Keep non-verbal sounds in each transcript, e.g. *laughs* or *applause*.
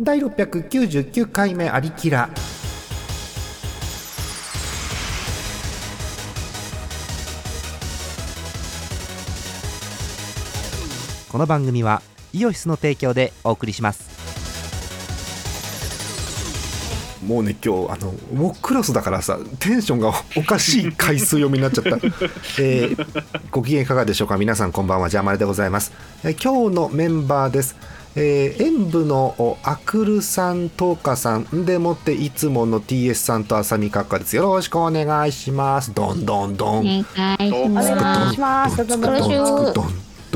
第699回目ありきらこの番組はイオシスの提供でお送りしますもうね今日あのウォークロスだからさテンションがおかしい回数読みになっちゃった *laughs* えーご機嫌いかがでしょうか皆さんこんばんはジャーマネでございます、えー今日のメンバーですえー演舞のおアクルさん、トーカさんでもっていつもの TS さんと浅見閣下です。よろしくお願いします。どんどんどおん。願いしおま願すいしますどんどんどんど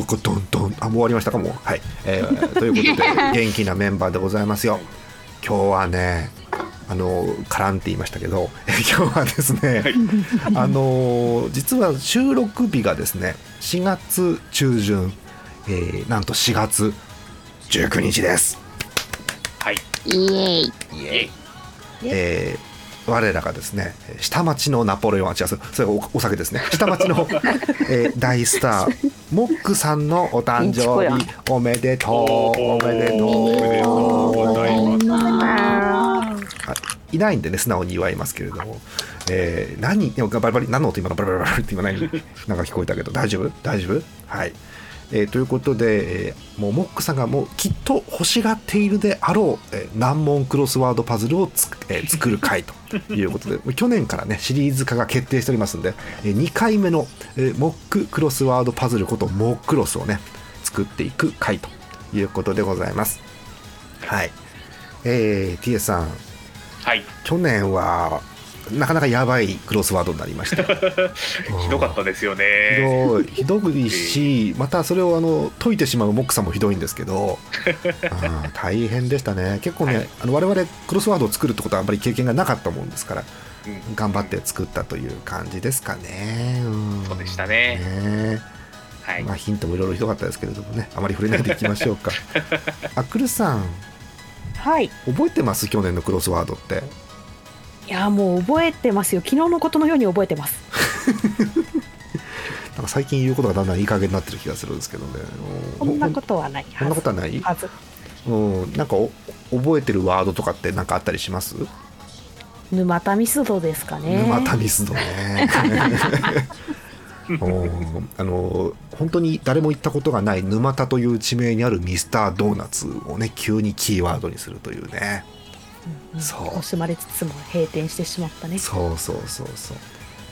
こどんどんあもう終わりましたかもうはい、えー、ということで元気なメンバーでございますよ。今日はねあの絡んって言いましたけど *laughs* え今日はですね、あの実は収録日がですね4月中旬、えー、なんと4月19日です。はい。イエーイイエイ。えー我らがですね下町のナポレオンあ違うそれそれおお酒ですね下町の、えー大スターモックさんのお誕生い日おめでとうおめでとうおめでとうございます。はいいないんでね素直に祝いますけれども、えー何でもバリバリ何の音今のバリバリバリバリって今何 *laughs* なんか聞こえたけど大丈夫大丈夫はい、えーということで、えーもうモックさんがもうきっと欲しがっているであろう、えー難問クロスワードパズルをつ、えー作る回ということでもう去年からねシリーズ化が決定しておりますんで、え2回目の、えーモッククロスワードパズルことモックロスをね作っていく回ということでございますはいえー、TS さんはい。去年はなかなかやばいクロスワードになりましたひ *laughs* ひどかったですよね。どいひどい *laughs* しまたそれをあの解いてしまうモックさんもひどいんですけどうん大変でしたね結構ね、はいあの我々クロスワードを作るってことはあんまり経験がなかったもんですからうん頑張って作ったという感じですかね、うんそうでしたねねはいま。あ、ヒントもいろいろひどかったですけれどもねあまり触れないでいきましょう *laughs* かあくるさんはい。覚えてます去年のクロスワードっていやもう覚えてますよ。昨日のことのように覚えてます。なんか最近言うことがだんだんいい加減になってる気がするんですけどねこんなことはないそんなはこずと。はない。はず。うん、なんかお覚えてるワードとかってなんかあったりします？沼田ミスドですかね。沼田ミスド *laughs* ね。うんあの本当に誰も行ったことがない沼田という地名にあるミスタードーナツをね急にキーワードにするというね。うんそう惜しまれつつも閉店してしまったね。そうそうそうそう。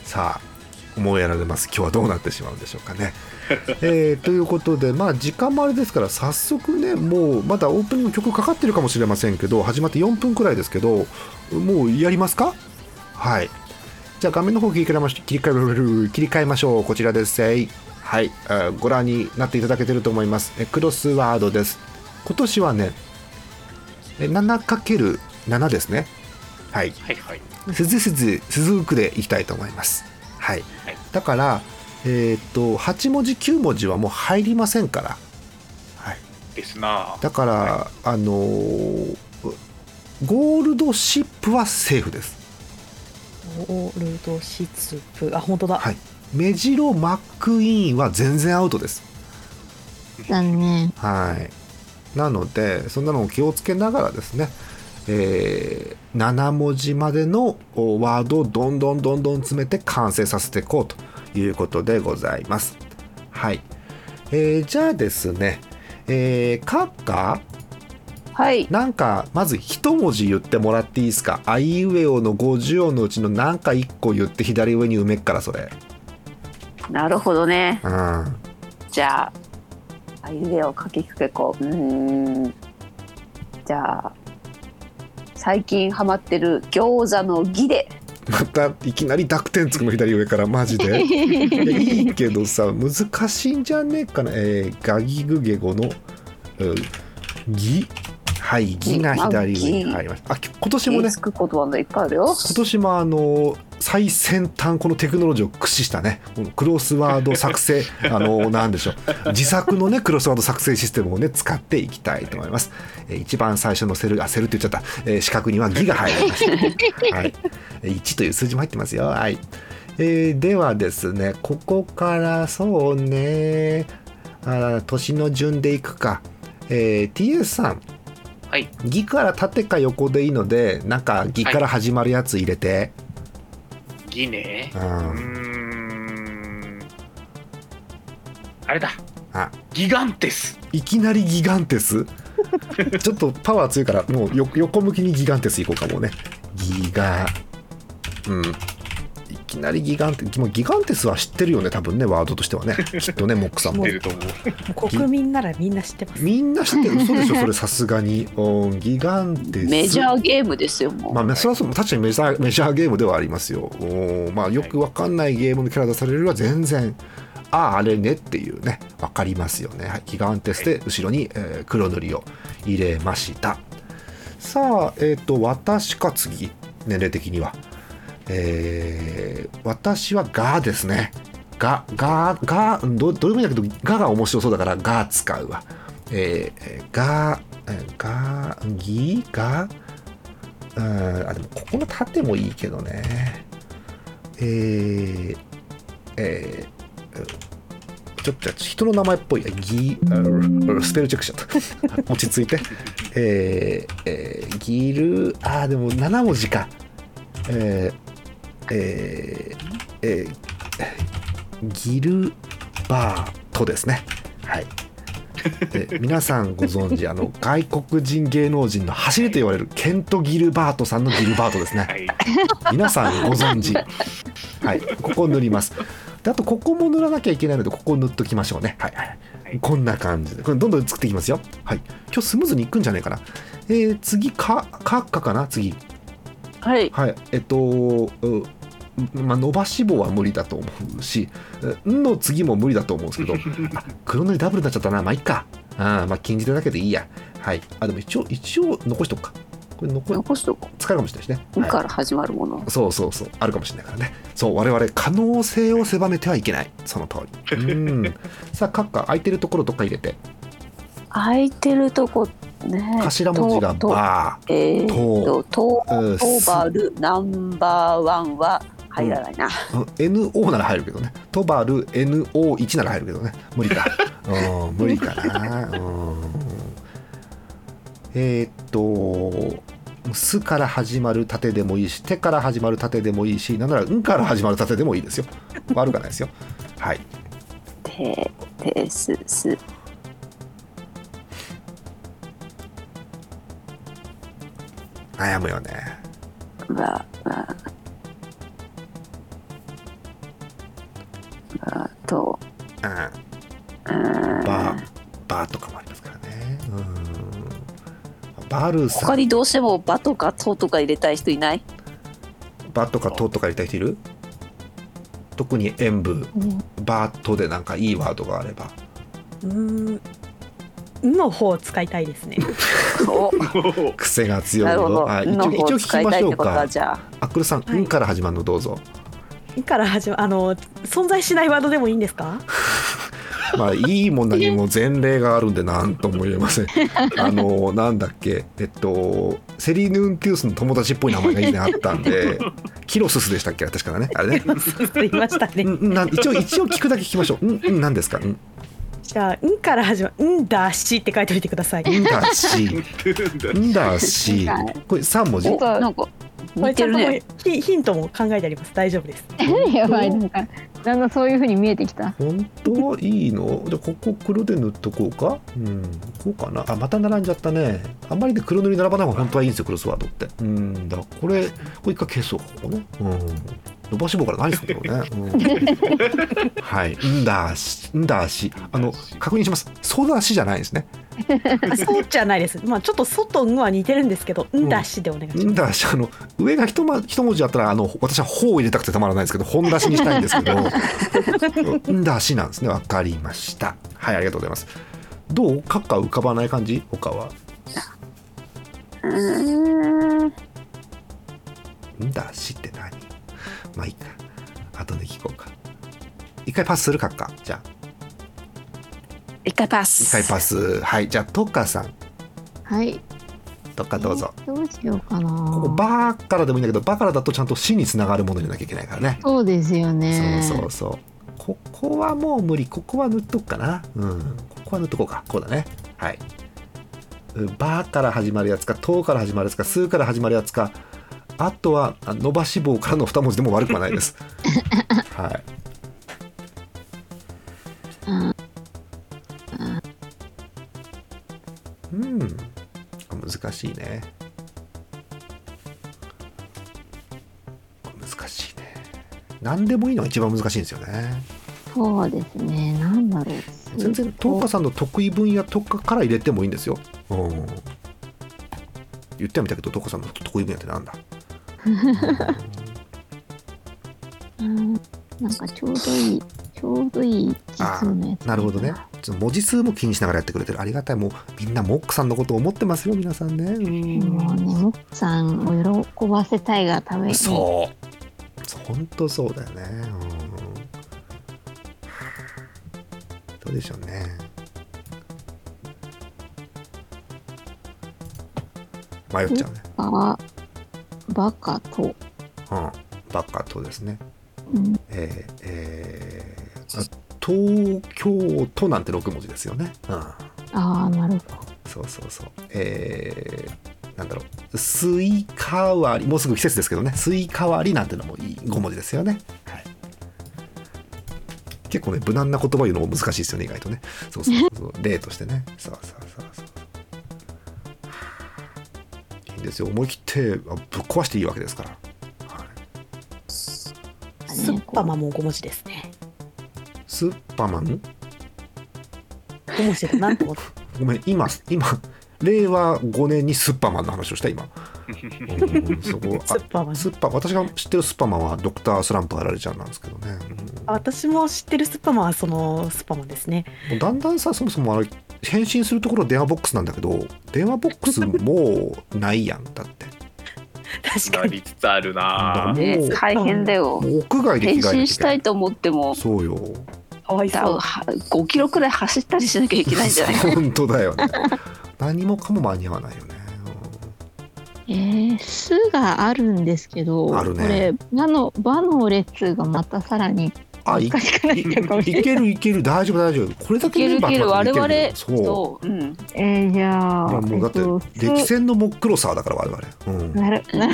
さあ思いやられます。今日はどうなってしまうんでしょうかね。 *laughs* えーということでまあ時間もあれですから早速ねもうまだオープニングの曲かかってるかもしれませんけど始まって4分くらいですけどもうやりますかはい。じゃあ画面の方切り替えまし切り替え切り替えましょう。こちらです。えいはい、えーご覧になっていただけてると思います。えクロスワードです。今年はね、え 7×7 ですね。はい。はいはい。すずすず鈴くでいきたいと思います。はい。はいだから、えーっと8文字9文字はもう入りませんから。はい。ですな。だから、はあのーゴールドシップはセーフです。オールドシツプ。あ本当だ。はい。メジロマックイーンは全然アウトです。だねはい。なので、そんなのを気をつけながらですね、えー7文字までのおワードをどんどんどんどん詰めて完成させていこうということでございます。はい。えーじゃあですね、えー、カッカはい。なんか、まず一文字言ってもらっていいですか。あいうえおの50音のうちのなんか1個言って左上に埋めっから、それ。なるほどね。うん。じゃあ、あゆでをかきくけこ。うーん。じゃあ、最近ハマってる餃子の儀で。またいきなり濁点つくの左上からマジでいやいいけどさ難しいんじゃねえかなえー、ガギグゲゴの「ギ」はい「ギ」が左上に入りましたあき今年もねつく言葉のいっぱいあるよ。今年もあの最先端このテクノロジーを駆使したねこのクロスワード作成あのなんでしょう自作のねクロスワード作成システムをね使っていきたいと思います、えー一番最初のセルあセルって言っちゃった、えー四角には「ギ」が入りました、はい、1という数字も入ってますよはい、えーではですねここからそうねあー年の順でいくか、えー、TS さんはい。 「ぎ」から縦か横でいいのでなんか「ぎ」から始まるやつ入れて、ギネううんーん。あれだ。あギガンテス。いきなりギガンテスちょっとパワー強いからもうよ横向きにギガンテスいこうかもうねギガうんいきなりギガンテスもうギガンテスは知ってるよね多分ねワードとしてはねきっとねモックさんも出ると思う。もう国民ならみんな知ってます。みんな知ってる嘘でしょそれさすがにうんギガンテスメジャーゲームですよもう、まあ、それはそう確かにメジャーメジャーゲームではありますよ。おーまあ、よくわかんないゲームのキャラ出されるよりは全然、ああ、あれねっていうね、わかりますよね。はい、ギガンテスで後ろに、えー黒塗りを入れました。さあ、えっ、と、私か次、年齢的には。えー私はガーですね。ガ、ガー、ガー、どどういう意味だけど、ガが面白そうだからガー使うわ。えーえーガー、えーガー、ギー、ガー、うーんあでもここの縦もいいけどねえー、えーうんちょっとじゃあ人の名前っぽいギーあスペルチェックしちゃった *laughs* 落ち着いてえー、えーギルあーでも7文字かえー、えーえーギルバートですねはいで皆さんご存知あの外国人芸能人の走りと言われるケント・ギルバートさんのギルバートですねはい。皆さんご存 *laughs* 知はいここを塗りますであとここも塗らなきゃいけないのでここを塗っときましょうねはい、はいはいこんな感じでこれどんどん作っていきますよはい今日スムーズにいくんじゃないかなえー、次かかかかな次はいはいえっとうまあ、伸ばし棒は無理だと思うし「ん」の次も無理だと思うんですけどあ黒塗りダブルになっちゃったなまあいっかあーまあ禁じ手だけでいいやはいあでも一応一応残しとくかこれ残残しとこ使えるかもしれないしね、う「ん」はいから始まるもの、そうそうそうあるかもしれないからねそう我々可能性を狭めてはいけないその通りうん *laughs* さあカッカ空いてるところどっか入れて空いてるとこね頭文字がととバえー、ととーうんオーバルナンバーワンは入らないな、 NO なら入るけどねトバル NO1 なら入るけどね無理かうん無理かなうんえーっと「す」から始まる縦でもいいし「手」から始まる縦でもいいしなんなら「ん」から始まる縦でもいいですよ悪くはないですよはいててすす悩むよねわわわとうんうんバー、バーとかもありますからね。うん。バルさ他ん、にどうしても「ば」とか「と」とか入れたい人いないバとかトとか入れたい人いる特に演舞、バーとでなんかいいワードがあれば。うーん。の方を使いたいで *laughs* すね。お癖が強いなるほよ。どはい、一の応方一応を聞使きいまたしいょっうてことかは。じゃあアックルさん、はいうんから始まるのどうぞ。から始まあの存在しないワードでもいいんですか？まあいいもんなにも前例があるんでなんとも言えま *laughs* せん。あのなんだっけえっとセリヌンティウスの友達っぽい名前が以前あったんで。キロススでしたっけ確かだね。あれね。言いましたねう。んうんなん一応一応聞くだけ聞きましょう。うんうんなんですか。うんじゃあ「ん」から始まる「んだし」って書いておいてください。んだし、んだしなん、これ三文字。おなんかこれち似てゃんるともうねヒヒントも考えてあります。大丈夫です。 *laughs* やばい、なんか、だんだんそういう風に見えてきた。本当はいいの？じゃあここ黒で塗っとこうか。うん、こうかな。あまた並んじゃったね。あんまりで黒塗り並ばない方が本当はいいんですよクロスワードって。うんだこれこれ一回消そうここね。うん。伸ばし棒から何するんだろうね。うん、はい。んだし、んだし。あの確認します。ソダシじゃないですね。あそうじゃないです。まあちょっと外のは似てるんですけど、んだしでお願いしんだし、あの、上が一ま一文字あったら、あの、私はほうを入れたくてたまらないですけど、本出しにしたいんですけ *laughs* ど、んだしなんですね。わかりました。はい、ありがとうございます。どうかっか浮かばない感じ他は。うーんんだしって何まあいいか。後で聞こうか。一回パスするかっか。じゃあ、一回パ一回スパス。はい、じゃあ、トカさん。はい。トカどうぞ。えー。どうしようここかな。バーからでもいいんだけど、バからだとちゃんと死につながるものになきゃいけないからね。そうですよね。そうそうそう。ここはもう無理。ここは塗っとくかな。うん。ここは塗っとこうか。こうだね。はい。 「ば」から始まるやつか「と」から始まるやつか「す」から始まるやつかあとはあ伸ばし棒からの2文字でも悪くはないです。はい、うん難しいね難しいね何でもいいのが一番難しいんですよねそうですね。なんだろう。全然トーカさんの得意分野とかから入れてもいいんですよ、うん、言ってはみたけどトーカさんの得意分野ってなんだうんなんかちょうどいい、ちょうどいい字数のやつ。なるほどね。ちょっと文字数も気にしながらやってくれてるありがたいもうみんなモックさんのことを思ってますよ皆さんね、うんもうね、もっさんを喜ばせたいがために。そう本当そうだよねうんどうでしょうね迷っちゃうねババカと、うんバカとですねうん、えーえー東京都なんて6文字ですよねうんああなるほそうそうそう。えー、なんだろう。スイカ割り、もうすぐ季節ですけどね。スイカ割りなんてのもいい5文字ですよね。はい。結構ね、無難な言葉言うのも難しいですよね、意外とね。そうそうそう *laughs* そう。例としてね。そうそうそうそう。いいんですよ。思い切ってあぶっ壊していいわけですから。はい、どすっねぱまも5文字ですね。スーパーマン5文字だなと思って。ごめん、今、今、令和5年にスーパーマンの話をした、今。うんそこあ *laughs* スッパマン。スッパ私が知ってるスッパマンはドクター・スランプ・アラレちゃんなんですけどね、あ私も知ってるスッパマンはそのスッパマンですね。うんもうだんだんさそもそもあれ返信するところ電話ボックスなんだけど電話ボックスもうないやんだって確なかに。りつつあるなぁ。ねね大変だよもう屋外で着替え変なきゃ身いしたけいと思ってもないそうよかわいだそう。は5キロくらい走ったりしなきゃいけないんじゃない本当だよね何もかも間に合わないよね、えー、すがあるんですけどあるねこれなの場の列がまたさらうにんあい難しくなっちゃうかもしいれないけるいける大丈夫大丈夫これだけメンバー集まったらいいけるいけるよけるそうそう、うん、えー、じゃいあやもうだってえと歴す戦のモックロサーだから我々う *laughs* んなるなる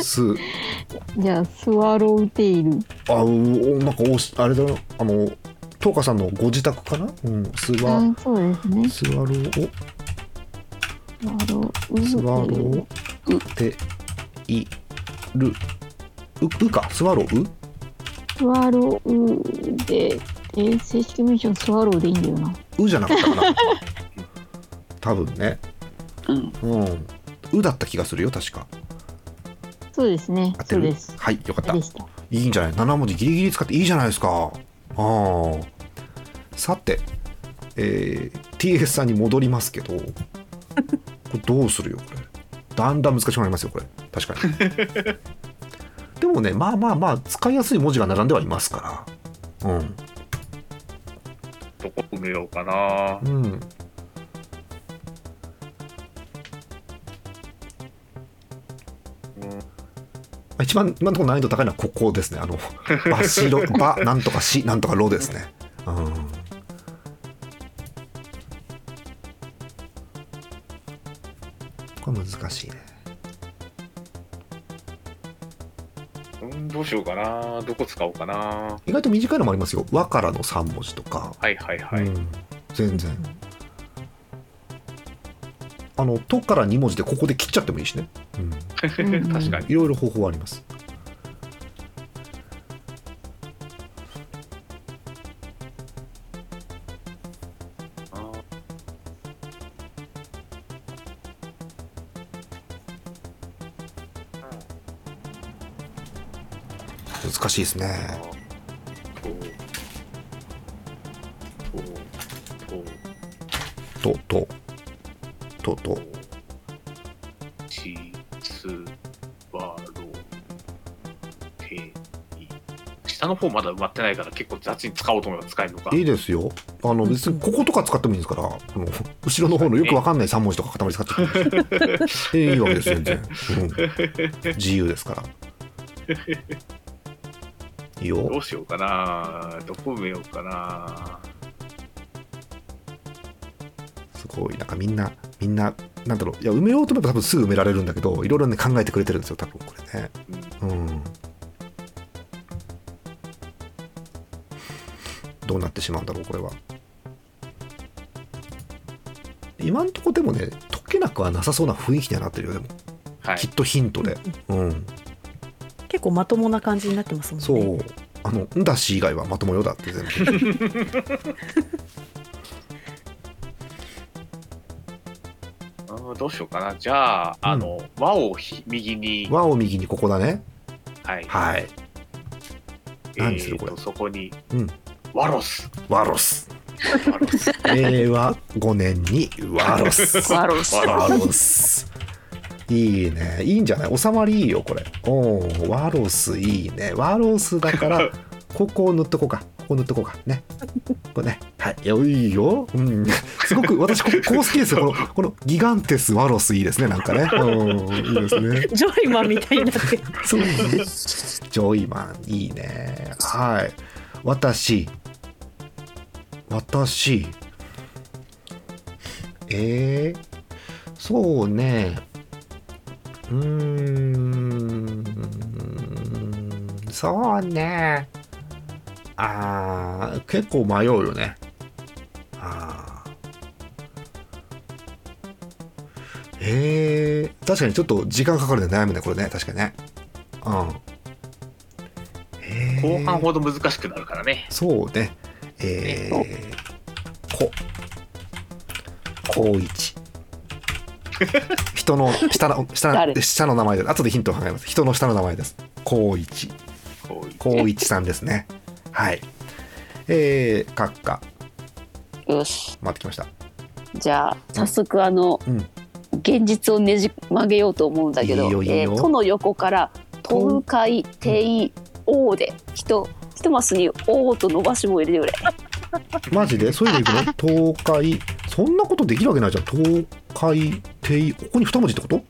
すじゃあスワローテイルあうおなんかおしあれだなあの東花さんのご自宅かな、うん、スワ、あそうですねスワロースワロおスワローーているううかスワローうスワローで、えー正式名称スワローでいいんだよなうじゃなかったか *laughs* な多分ねうん、うんうだった気がするよ確かそうですね合ってそうるですはいよかったでいしたいんじゃない7文字ギリギリ使っていいじゃないですかあーさてえー、TS さんに戻りますけどこれどうするよこれだんだん難しくなりますよこれ確かにでもねまあまあまあ使いやすい文字が並んではいますからうんどこ埋めようかなぁ。うん一番今のところ難易度高いのはここですねあの「ばしろ」「ば」なんとか「し」なんとか「ろ」ですねうんこれ難しいねうん、どうしようかなぁ。どこ使おうかなぁ。意外と短いのもありますよ「和」からの3文字とかはいはいはい。うん全然あの「と」から2文字でここで切っちゃってもいいしね、うんん確かに。いろいろ方法はあります。難しいですね。ととととチスワロテイ下の方まだ埋まってないから結構雑に使おうと思えば使えるのかいいですよ。あの別にこことか使ってもいいんですから、この後ろの方のよくわかんない三文字とか塊使っち *laughs* ゃってもいいですよえいいわけですよ全然、うん自由ですから。いいよど。うしようかなどこ埋めようかなこうなんかみんなみんななんだろういや埋めようと思えば多分すぐ埋められるんだけどいろいろね考えてくれてるんですよ多分これねうんどうなってしまうんだろうこれは今んとこでもね解けなくはなさそうな雰囲気にはなってるよでも、はいきっとヒントでうん結構まともな感じになってますもんねそうあの「んだし」以外はまともよだって全部うんどうしようかなじゃああの、輪をひ右に和を右にここだねはい、はいえー何するこれとそこに、うんワロスワロ *laughs* スワロス令和5年に *laughs* ワロスワロス。ワロスいいねいいんじゃない収まりいいよこれおーワロスいいねワロスだ *laughs* からここを塗っとこうかここ塗っとこうかねこれねはいいやいいよ、うん、すごく私こここう好きですよこのこのギガンテスワロスいいですねなんかねうんいいです *laughs* ねジョイマンみたいに *laughs* なってるそうですね。ジョイマン、いいね。はい。私。私。えー、そうね。うーん。そうね。あー、結構迷うよね。あー。えー、確かにちょっと時間かかるね悩むねこれね確かにねうんえー後半ほど難しくなるからねそうねえー、こ高一人の下の下の誰下の名前です後でヒントを考えます人の下の名前です高一こういう高一さんですねはいえー、閣下よし。待ってきましたじゃあ、早速あの、うん現実をねじ曲げようと思うんだけど、いいよいいよえー、都の横から、東海、定位、王で、人、一マスに王と伸ばし棒入れてくれ。マジでそれでいくの東海そんなことできるわけないじゃん東海帝ここに二文字ってこと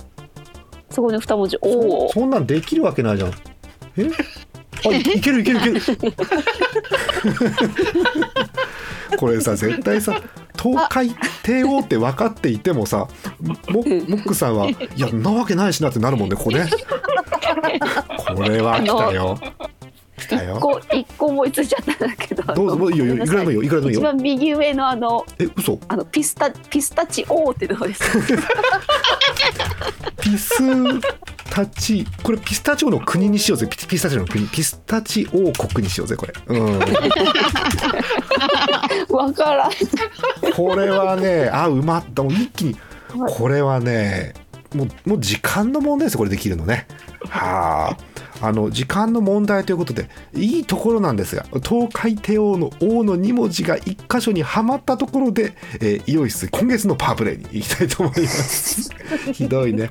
そこに二文字、王を。そんなんできるわけないじゃん。え？あいいけるいけるいける。これさ絶対さ東海帝王って分かっていてもさモモックさんはいやんなわけないしなってなるもんねこれね。これは来たよ。来た一よ。個、一個思いついちゃったんだけど。あのどうぞもういいよいいよいくらでもいいよいくらでもいい一よ。番右上のあの、え嘘あのピスタ、ピスタチ王ってどうですか。 *laughs* ピスタチこれピスタチオの国にしようぜピピスタチオの国ピスタチ王国にしようぜこれ。うん。わからん。これはね、あ、うまった。もう一気に。はいこれはね、もう、もう時間の問題ですよ、これできるのね。はあ。あの、時間の問題ということで、いいところなんですが、東海帝王の王の2文字が一箇所にはまったところで、えー、イオイス、今月のパワープレイに行きたいと思います。 *laughs* ひどいね。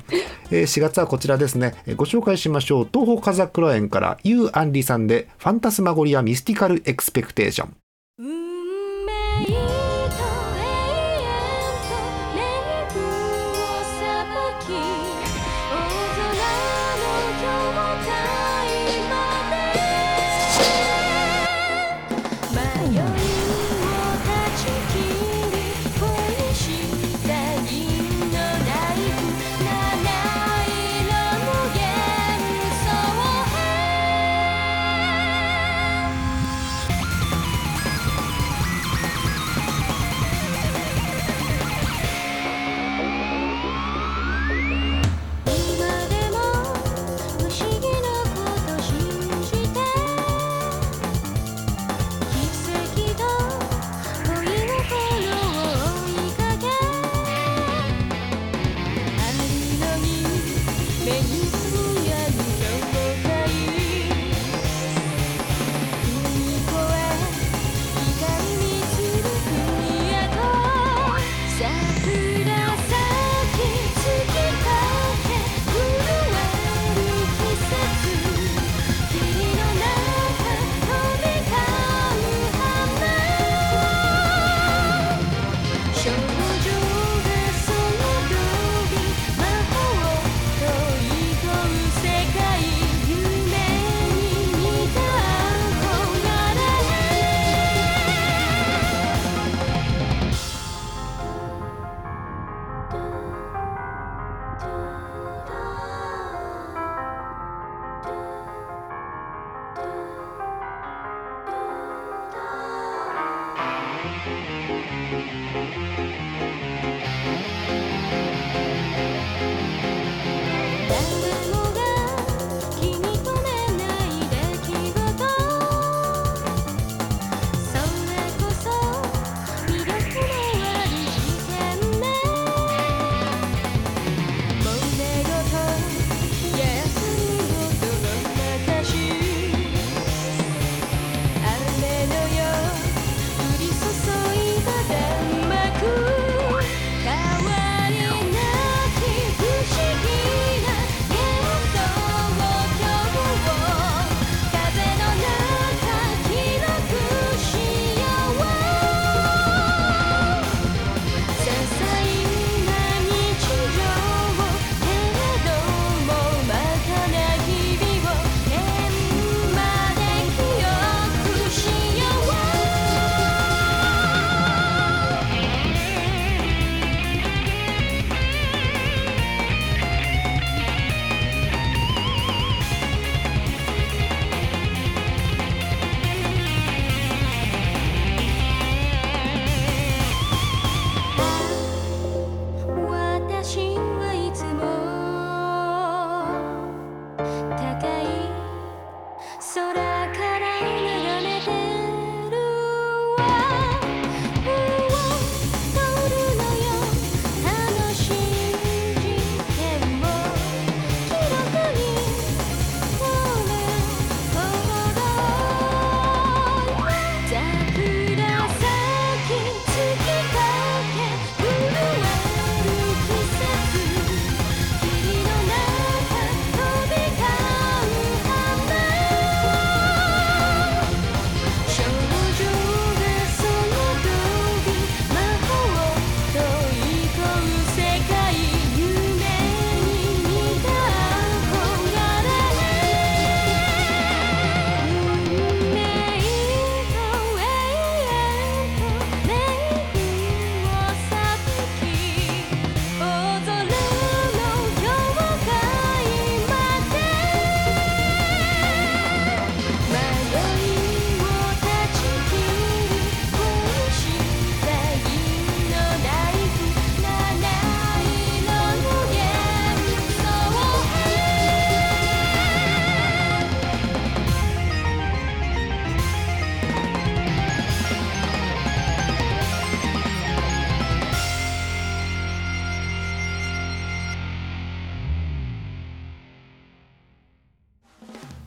えー4月はこちらですね、えーご紹介しましょう。東方風倉園から、ユー・アンリさんで、ファンタスマゴリア・ミスティカル・エクスペクテーション。運命と永遠と冥府をさばき大空の兄弟まで迷いを断ち切り恋した銀のナイフ七色無限想へ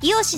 イオシ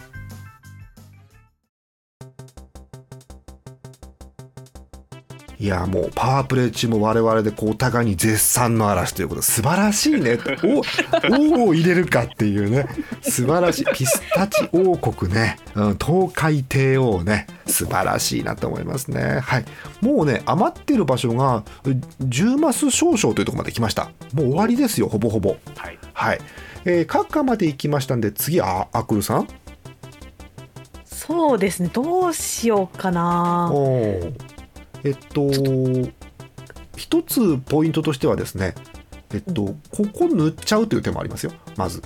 いやもうパワープレイ中も我々でこうお互いに絶賛の嵐ということで素晴らしいねとお *laughs* 王を入れるかっていうね素晴らしいピスタチ王国ね、うん、東海帝王ね素晴らしいなと思いますねはいもうね余ってる場所が10マス少々というところまで来ましたもう終わりですよほぼほぼはい。はいえー、カッカまで行きましたんで次あアクルさんそうですねどうしようかなおーえっと一つポイントとしてはですねえっとここ塗っちゃうという手もありますよまず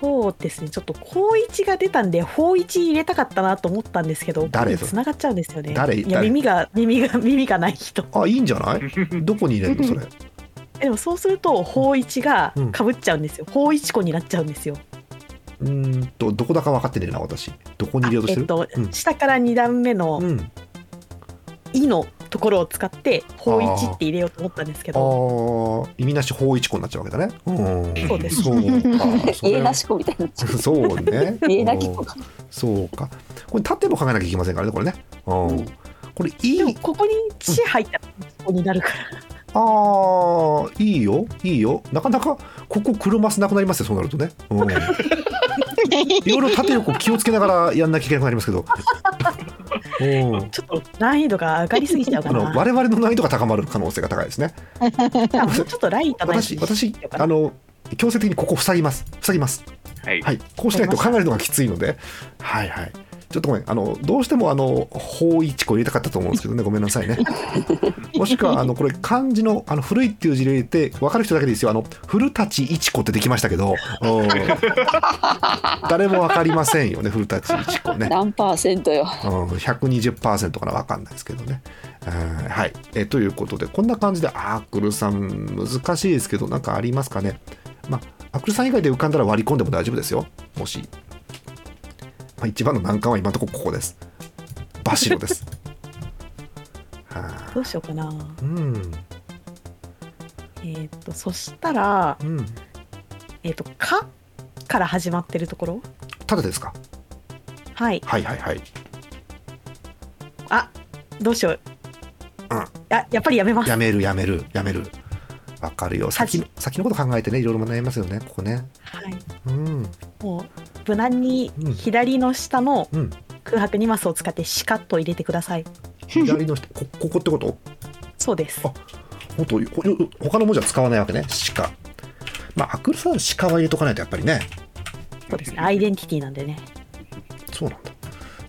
そうですねちょっと高一が出たんで方一入れたかったなと思ったんですけど誰つながっちゃうんですよね誰いや誰耳が耳が耳がない人あいいんじゃないどこに入れるのそれでもそうすると方一がうんかぶっちゃうんですよ方一子になっちゃうんですようーんとどこだか分かってねえな私どこにあ入れようとしてえっるとうん下から2段目のうん「い」のところを使って「方一」って入れようと思ったんですけあどー意味なし法一子になっちゃうわけだねうんそうですそうかそれ家はなし子みたいになっちゃ *laughs* そうねう。家なきう子んが。そうかこれ縦も考えなきゃいけませんからねこれねうんこれいでもいここに「ち」入ったら「ここになるからあーいいよいいよなかなかここ車すなくなりますよそうなるとね、うん、いろいろ縦横気をつけながらやんなきゃいけなくなりますけど、うん、ちょっと難易度が上がりすぎちゃうかあの *laughs* な。我々の難易度が高まる可能性が高いですねじゃあもうちょっとライトなやつ私に私しようかなあの強制的にここ塞ぎます塞ぎますはい。はいこうしないと考えるのがきついのではいはいちょっとごめんあのどうしてもあの方一個入れたかったと思うんですけどねごめんなさい *laughs* ねもしくはあのこれ漢字のあの古いっていう字入れて分かる人だけでいいですよあの古舘一子ってできましたけどうん *laughs* 誰も分かりませんよね古舘一子ね何パーセントよ。うん、120%かな分かんないですけどね。うんはい、えということでこんな感じでアークルさん難しいですけどなんかありますかねまあアクルさん以外で浮かんだら割り込んでも大丈夫ですよもし、まあ、一番の難関は今のところここですバシロです *laughs* はあどうしようかな。うんえっ、とそしたらうんえっ、と「か」から始まってるところ。ただですかはい。はいはいはいあどうしよう。うんあやっぱりやめます。やめるやめるやめるわかるよ先恥の先のこと考えてねいろいろ悩みますよねここねはい。うんもう無難にうん左の下のうん空白2マスを使って「しか」と入れてください。左の下こここってことそうですあ。本当ほよ他の文字は使わないわけね鹿まあアクルさん鹿は入れとかないとやっぱりねそうですね。アイデンティティなんでね。そうなんだ、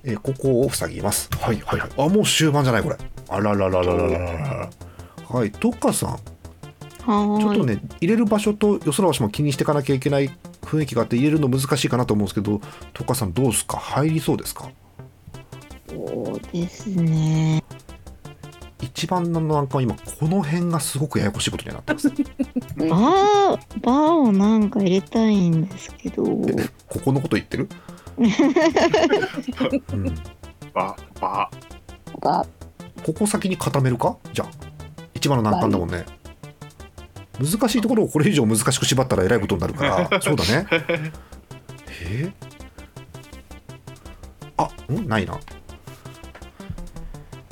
えーここを塞ぎますはいはいはいあもう終盤じゃないこれあらららららららはいトカさんはちょっーとい。ね入れる場所とよそらしも気にしていかなきゃいけない雰囲気があって入れるの難しいかなと思うんですけどトカさんどうですか入りそうですか *laughs* そうですね。一番の難関は今この辺がすごくややこしいことになってますバー、バーをなんか入れたいんですけど。ここのこと言って *laughs* る、うんば、ば、がここ先に固めるかじゃあ一番の難関だもんね難しいところをこれ以上難しく縛ったらえらいことになるからそうだ *laughs* ねえー、あんないな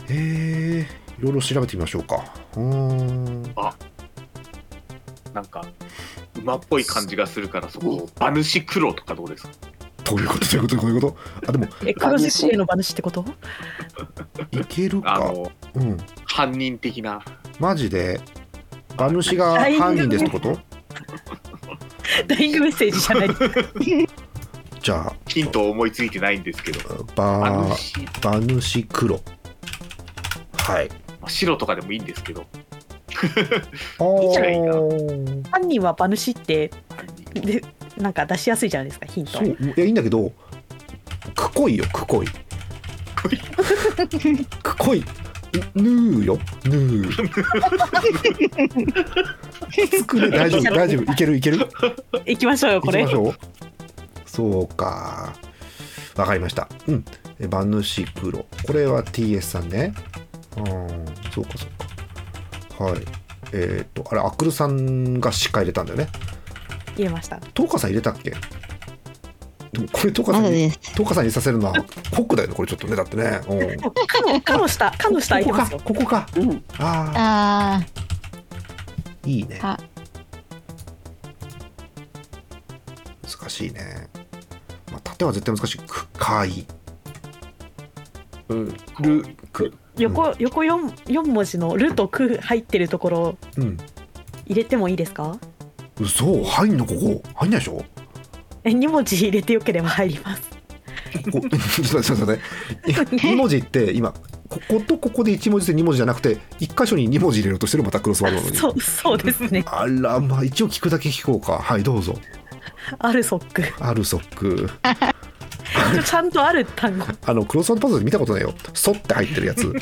えー、いろいろ調べてみましょうかうーんなんか、馬っぽい感じがするから、そこを、馬主苦労とかどうですかどういうことどういうことどういうことあでもえ黒字クレの馬主ってこと？ *laughs* いけるあかの、うん犯人的な。マジで馬主が犯人ですってことダイイングメッセージじ *laughs* ゃない。じゃあヒントを思いついてないんですけど、馬馬主、馬主黒はいまあ白とかでもいいんですけど、いいじゃないか犯人は馬主って犯人でなんか出しやすいじゃないですかヒントそう。いやいいんだけど *laughs* くこいよくこいこいくこいぬーよぬ *laughs* ーきつくね大丈夫大丈夫いけるいける行きましょうよ行こきれましょうそうかわかりましたうんえ馬主黒これは TS さんねうんそうかそうかはいえっ、とあれアクルさんが鹿入れたんだよね入れましたトーカさん入れたっけでもこれトーカさまんだでにす。トーカさんに入れさせるのはコックだよねこれちょっとねだってねうんもうかのかの下かの下 *laughs* こ行こきまかすよここかうんああーいいねあ難しいね、まあ、縦は絶対難しいくかいうんるく横横四四文字のルとク入ってるところうん入れてもいいですか？嘘入んのここ入んないでしょえ二文字入れてよければ入ります。こ *laughs* こちょっと待ってちょっと待って2文字って今こことここで1文字で2文字じゃなくて1箇所に2文字入れようとしてるまたクロスワードなのにそうそうですね。あらまあ一応聞くだけ聞こうかはいどうぞアル *laughs* ソック。アルソックちゃんとある単語。あのクロスワードパズルで見たことないよソって入ってるやつ *laughs*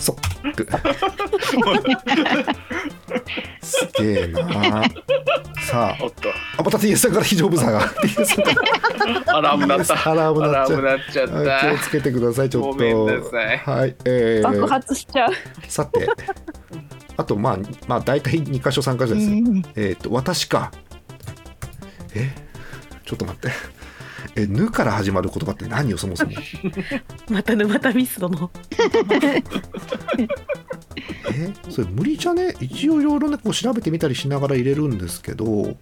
ソックすげえなさあおっと。あまた TS さんから非常ブザーが *laughs* TS さんからアラームなった。アラームなっちゃうアラームなっちゃった気をつけてくださいちょっとごめんなさいはいえー、爆発しちゃう。さてあとまあまあ大体2箇所3箇ー、所です、うんえっ、と私かえちょっと待ってえ「ぬ」から始まる言葉って何よそもそもまた沼田ミスドのえそれ無理じゃね一応いろいろねこう調べてみたりしながら入れるんですけどう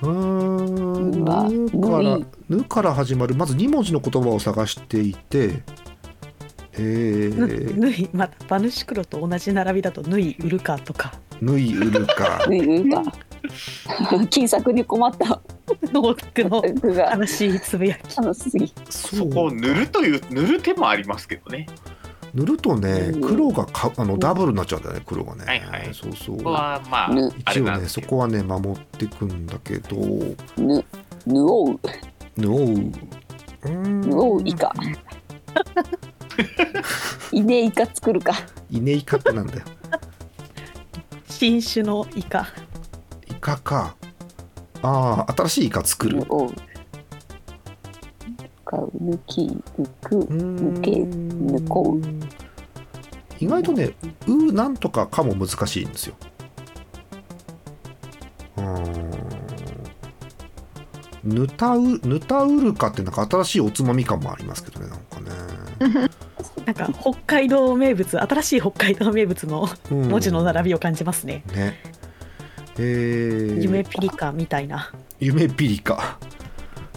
ーんうわぬから無理「ぬ」から始まるまず2文字の言葉を探していてえぬー、ぬいまた馬主黒と同じ並びだとぬいウルカとかぬいうる *laughs* かうんう *laughs* んか。金策に困ったノークの僕が悲しいつぶやき。楽しすぎ。そそこを塗るという、塗る手もありますけどね。塗るとねうん黒がかあのダブルになっちゃうんだよね黒がね、はいはいそうそうここはまあ、ぬあ一れな応んでねすそけどこはね守っていくんだけどぬ、ぬおう、ぬおううーぬおうんイカ。イネイカ作るか。イネイカってなんだよ新種のイカ。イカかああ新しいイカ作ぬるおう。かうぬきうくうーん抜け抜こ意外とね「う」なんとか「か」も難しいんですようーんぬたうぬたうるかってなんか新しいおつまみ感もありますけどねなんかね、なんか北海道名物新しい北海道名物のうん文字の並びを感じますね。ねえー、夢ピリカみたいな。夢ピリカは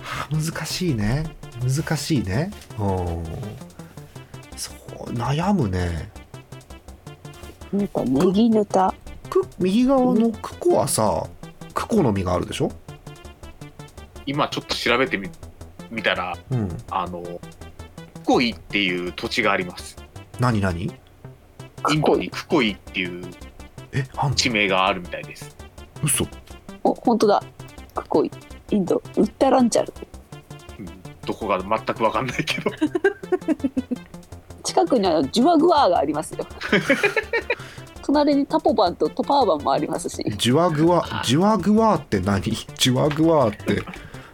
あ難しいね難しいねうんそう悩むねなんかネギぬた。く右側のクコはさクコの実があるでしょ今ちょっと調べてみ見たら、うんあの、クコイっていう土地があります。何何インドにクコイっていうえあんの地名があるみたいです。嘘お、本当だ。クコイ。インド、ウッタランチャル。うんどこが全くわかんないけど。近くにはジュワグワーがありますよ。隣にタポバンとトパーバンもありますし。ジュワグワジュワグワーって何ジュワグワーって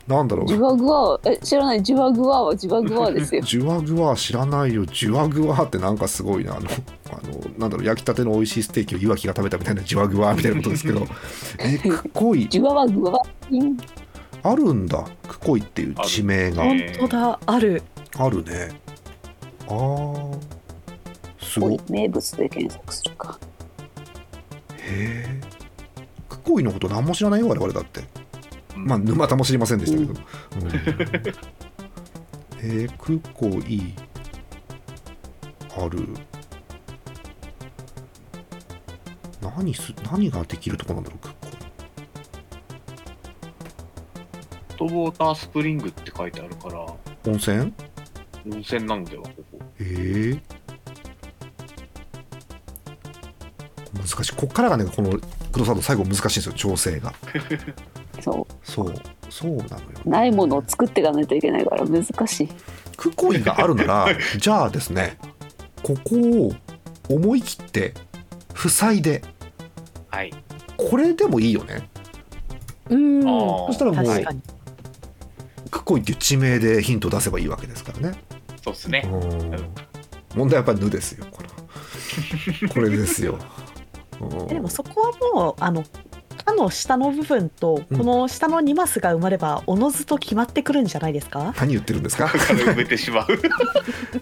なんだろジュうワグワー、え、知らない、ジュワグワーはジュワグワーです *laughs* よ。ジュワグワー知らないよジュワグワーってなんかすごいなあのあのなんだろう焼きたての美味しいステーキを岩木が食べたみたいなジュワグワーみたいなことです *laughs* けどえクコイジュワワグワー。うんあるんだクコイっていう地名があ本る当だある。あるねあーすごこういいへう名物で検索するか。えクコイのこと何も知らないよ我々だってまあうん沼田も知りませんでしたけど、うんえー、クコイある何す何ができるとこなんだろうクコイホットウォータースプリングって書いてあるから、温泉温泉なのでは、ここ。えー難しいこっからがねこのクロサード最後難しいんですよ調整がそそうそうなのようないものを作っていかないといけないから難しいクコイがあるな *laughs* らじゃあですねここを思い切って塞いではい。これでもいいよねうんああ、そしたらもう確かにクコイっていう地名でヒント出せばいいわけですからねそうですね。うん問題はやっぱり「ぬ」ですよこれこれですようんでもそこはもうあの「か」の下の部分とうんこの下の2マスが埋まればおのずと決まってくるんじゃないですか、何言ってるんですかだから埋めてしまう。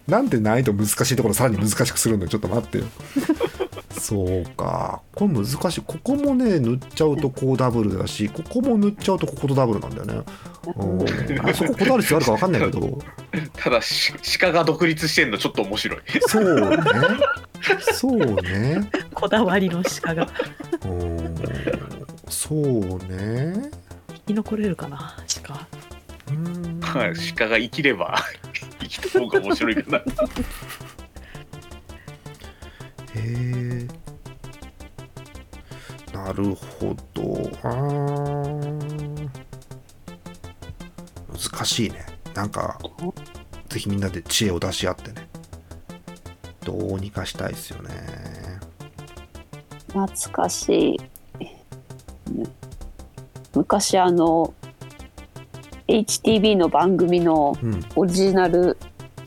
なんで難易度難しいところさらに難しくするんだよちょっと待 *laughs* ってよそうかこれ難しいここもね塗っちゃうとこうダブルだしここも塗っちゃうとこことダブルなんだよねうんあそここだわる必要あるか分かんないけどただ、し鹿が独立してんのちょっと面白い。そうねそうねこだわりの鹿がうんそうね生き残れるかな鹿うんはい鹿が生き *laughs* れば生きた方が面白いかな。へえなるほどあー難しいねなんかぜひみんなで知恵を出し合ってねどうにかしたいですよね懐かしいうん昔あの HTV の番組のうんオリジナル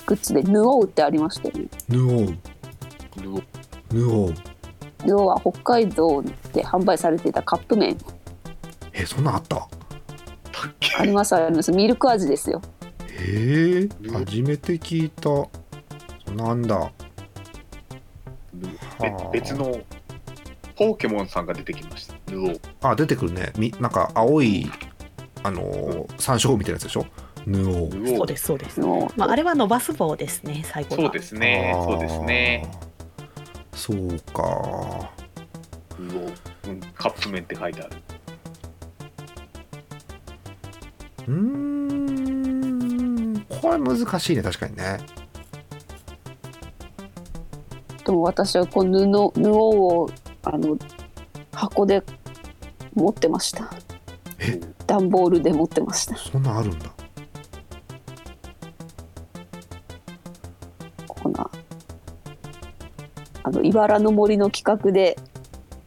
グッズで「ヌオウ」ってありましたよねぬおうぬおうヌオウは北海道で販売されていたカップ麺えそんなんあったありますありますミルク味ですよへえぬおう初めて聞いたなんだはあべ別のポケモンさんが出てきました。ヌオーあ出てくるねみなんか青いあのー山椒みたいなやつでしょぬおうヌそうオーですそうです、ヌオウまあ、あれは伸ばす棒ですね最後そうですすねあ。ーそうですね。。そうか。ヌオーうんカップ麺って書いてある。うーん。これ難しいね、確かにね。でも私はこの布布をあの箱で持ってましたえ段ボールで持ってましたそんなんあるんだ。こんなあの茨の森の企画で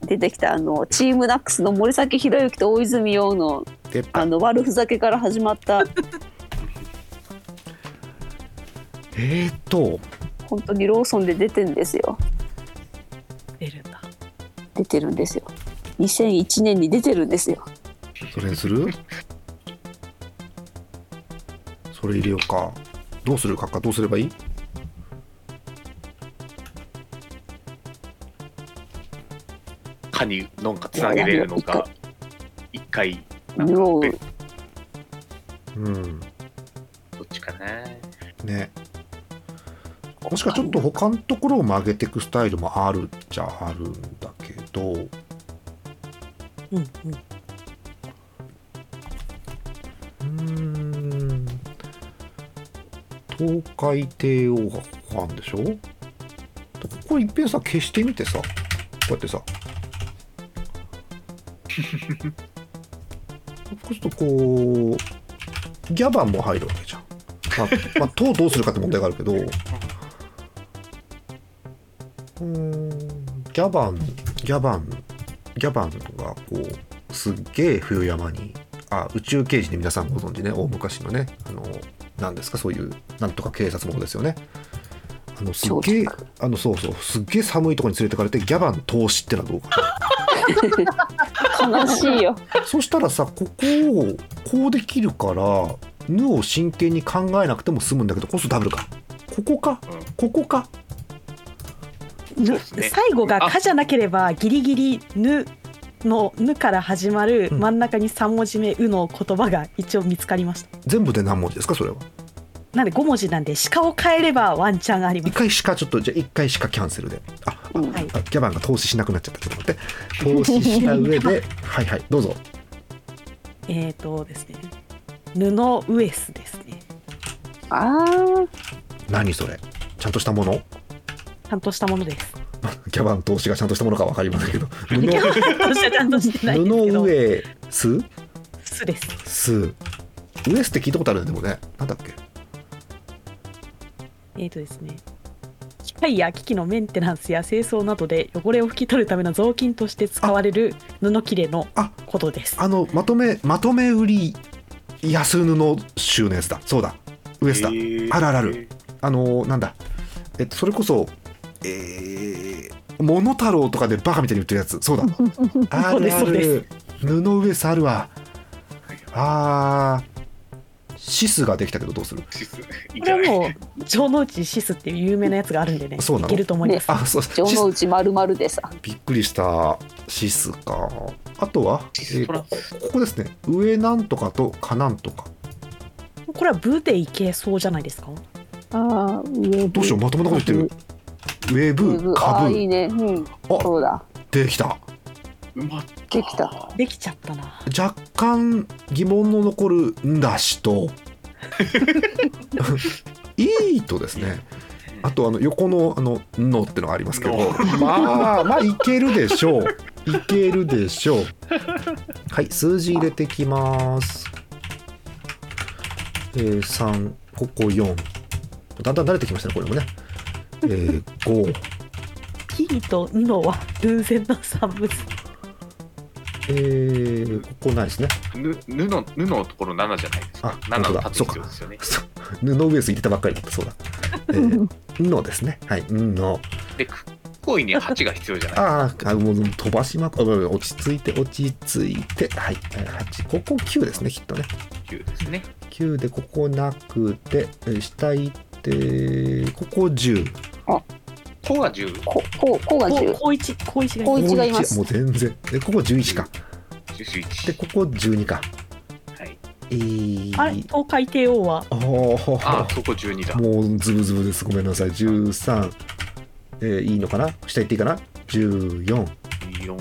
出てきたあのチームナックスの森崎博之と大泉洋ので、あの悪ふざけから始まったえーっと、本当にローソンで出てんですよ出るんだ出てるんですよ2001年に出てるんですよそれにするそれ入れようか。どうするかか、どうすればいいカニのんかつなげれるのか。一回、なん布をかうん。どっちかな。ね。もしかちょっと他のところを曲げていくスタイルもあるっちゃあるんだけど、うんうんうーん東海帝王があるんでしょこれいっぺんさ消してみてさこうやってさこうするとこうギャバンも入るわけじゃん。まあ、まあ、塔どうするかって問題があるけどうーんギャバンギャバンギャバンがこうすっげえ冬山にあ宇宙刑事で皆さんご存知ね大昔のねあのなんですかそういうなんとか警察ものですよねあのすっげえ超あのそうそうすっげえ寒いところに連れてかれてギャバン投資ってのはどうか悲しいよなそしたらさここをこうできるから「ぬ」を真剣に考えなくても済むんだけどこそダブルかここかうこんこかそうですね最後が「あか」じゃなければギリギリ「ぬ」の「ぬ」から始まるうん真ん中に3文字目「う」の言葉が一応見つかりました全部で何文字ですかそれはなんで5文字なんで鹿を変えればワンチャンありま一す回しかちょっとじゃあ一回しかキャンセルであうんはいあギャバンが投資しなくなっちゃったちょっと待って投資した上 *laughs* ではいはいどうぞえーとですね布ウエスですねあー何それちゃんとしたもの *laughs* ちゃんとしたものですギャバン投資がち *laughs* ゃんとしたものか分かりませんけどちゃんとしてないんですけ布ど布上す巣です。スーウエスって聞いたことあるねでもねなんだっけえーとですね、機械や機器のメンテナンスや清掃などで汚れを拭き取るための雑巾として使われる布切れのあことです。あのまとめまとめ売り安布集のやつだそうだウエスだ、あるあるある。あのーなんだえっとそれこそえー、モノタロウとかでバカみたいに売ってるやつ *laughs* そうだあそうでるすあそうでる布ウエスあるわあーシスができたけどどうするシスいいんこじれゃはないもう城之内シスっていう有名なやつがあるんでね、そうなのいけると思います。あそう城シ之ス内丸々でさびっくりしたシスかあとは、えシスートランスここですね上なんとかと下なんとかこれは部でいけそうじゃないですか。ああ、上どうしようまともなこと言ってるウェうブぐあカーいいブねうんそうだできたうまったできたできちゃったな。若干疑問の残る「んだし」と *laughs* 「いい」とですねあとあの横のあの「んの」ってのがありますけどの *laughs* まあまあいけるでしょういけるでしょうはい数字入れてきますえー、3ここ4だんだん慣れてきましたねこれもねえー、5 P とのは偶然の産物。えー、ここないですねぬ布の布のところ7じゃないですあか。本7当だの縦そうか必要ですよね。そう布ウエス入れたばっかりだったそうだ。えーのですね。はい、の。で、く行為に8が必要じゃないあーあ、もう飛ばしまく、あごめんごめん落ち着いて、落ち着いて、はい、八ここ9ですね、きっとね。 9ですね。 9で、ここなくて、えー下行って、ここ10。こうが10、ここうこうがこう10高一高一がこいうい。一がいますもう全然。で、ここ11か。で、 11。ここ12か。はい、えー、あれ東海帝王はおーあ、そこ12だ。もうズブズブです。ごめんなさい。13。えー、いいのかな下行っていいかな ?14。 4、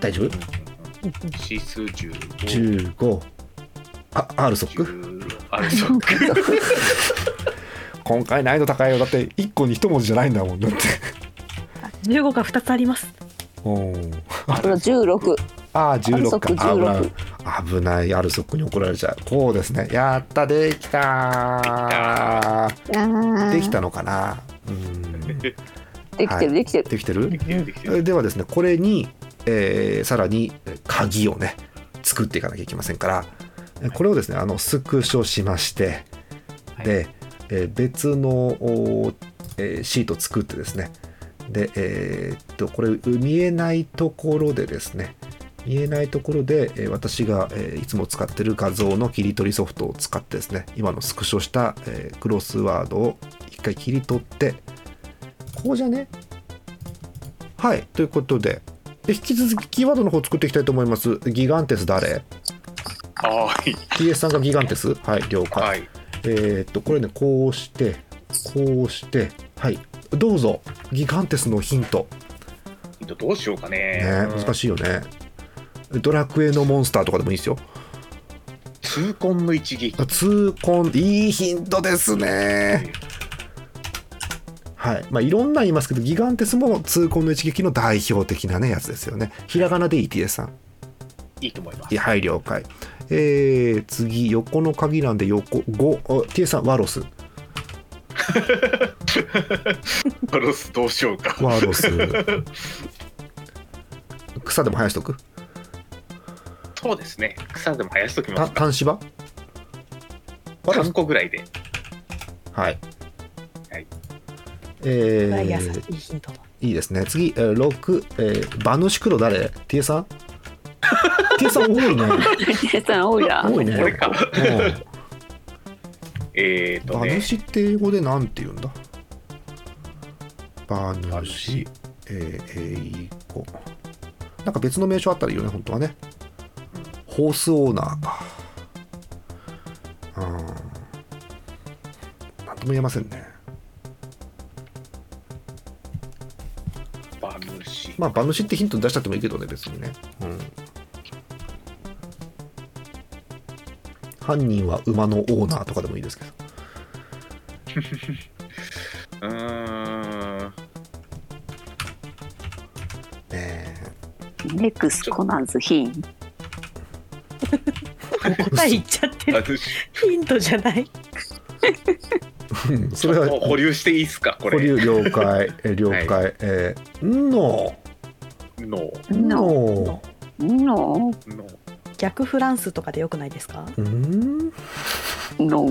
大丈夫シス15、 15あ R ソック10、あれそうか。今回難易度高いよだって1個に1文字じゃないんだもんだって十五が二つあります。これは16ああ16かアルソックあ危ないアルソックに怒られちゃうこうですねやったできたああ。できたのかな *laughs* うんでできてはいるできてるきてるできてるではですねこれに、えーさらに鍵をね作っていかなきゃいけませんからこれをですねあのスクショしましてはいで、えー別のおーえーシート作ってですねでえーっとこれ見えないところでですね見えないところで、えー私が、えーいつも使ってる画像の切り取りソフトを使ってですね今のスクショした、えークロスワードを一回切り取ってこうじゃねはいということでで引き続きキーワードの方作っていきたいと思いますギガンテス誰はい。 ?TS さんがギガンテスはい了解、はい。えーっとこれねこうしてこうしてはいどうぞギガンテスのヒントどうしようかね。ね難い。しいよねドラクエのモンスターとかでもいいですよ痛恨の一撃。痛恨いいヒントですねはいまあいろんなん言いますけどギガンテスも痛恨の一撃の代表的なねやつですよねひらがなで ETS さんいいと思います。はい了解えー、次横の鍵なんで横5 TS さんワロスパロスどうしようか。ワロス *laughs* 草でも生やしとくそうですね。草でも生やしときまたすか。端芝ワロス3個ぐらいで。はい。はいえこれは優ー、しいヒントだ。いいですね。次、えー、6、えー、馬主黒誰 ?T *laughs* さん ?T さん多いね。計算多いな多いね。これか。うえーんと馬ね。主って英語でなんて言うんだ馬主、えー、英語。なんか別の名称あったらいいよね、本当はね。ホースオーナーか。うん。なんとも言えませんね。馬主。まあ、馬主ってヒント出しちゃってもいいけどね、別にね。うん。犯人は馬のオーナーとかでもいいですけど。うーん。ねえネクスコナンズヒもンう答え言っちゃって *laughs* あるのヒントじゃないうんそれはもう保留していいですか保これ留了 *laughs* 解え了解、えー、ののの、のの、の逆フランスとかでよくないですかうんの、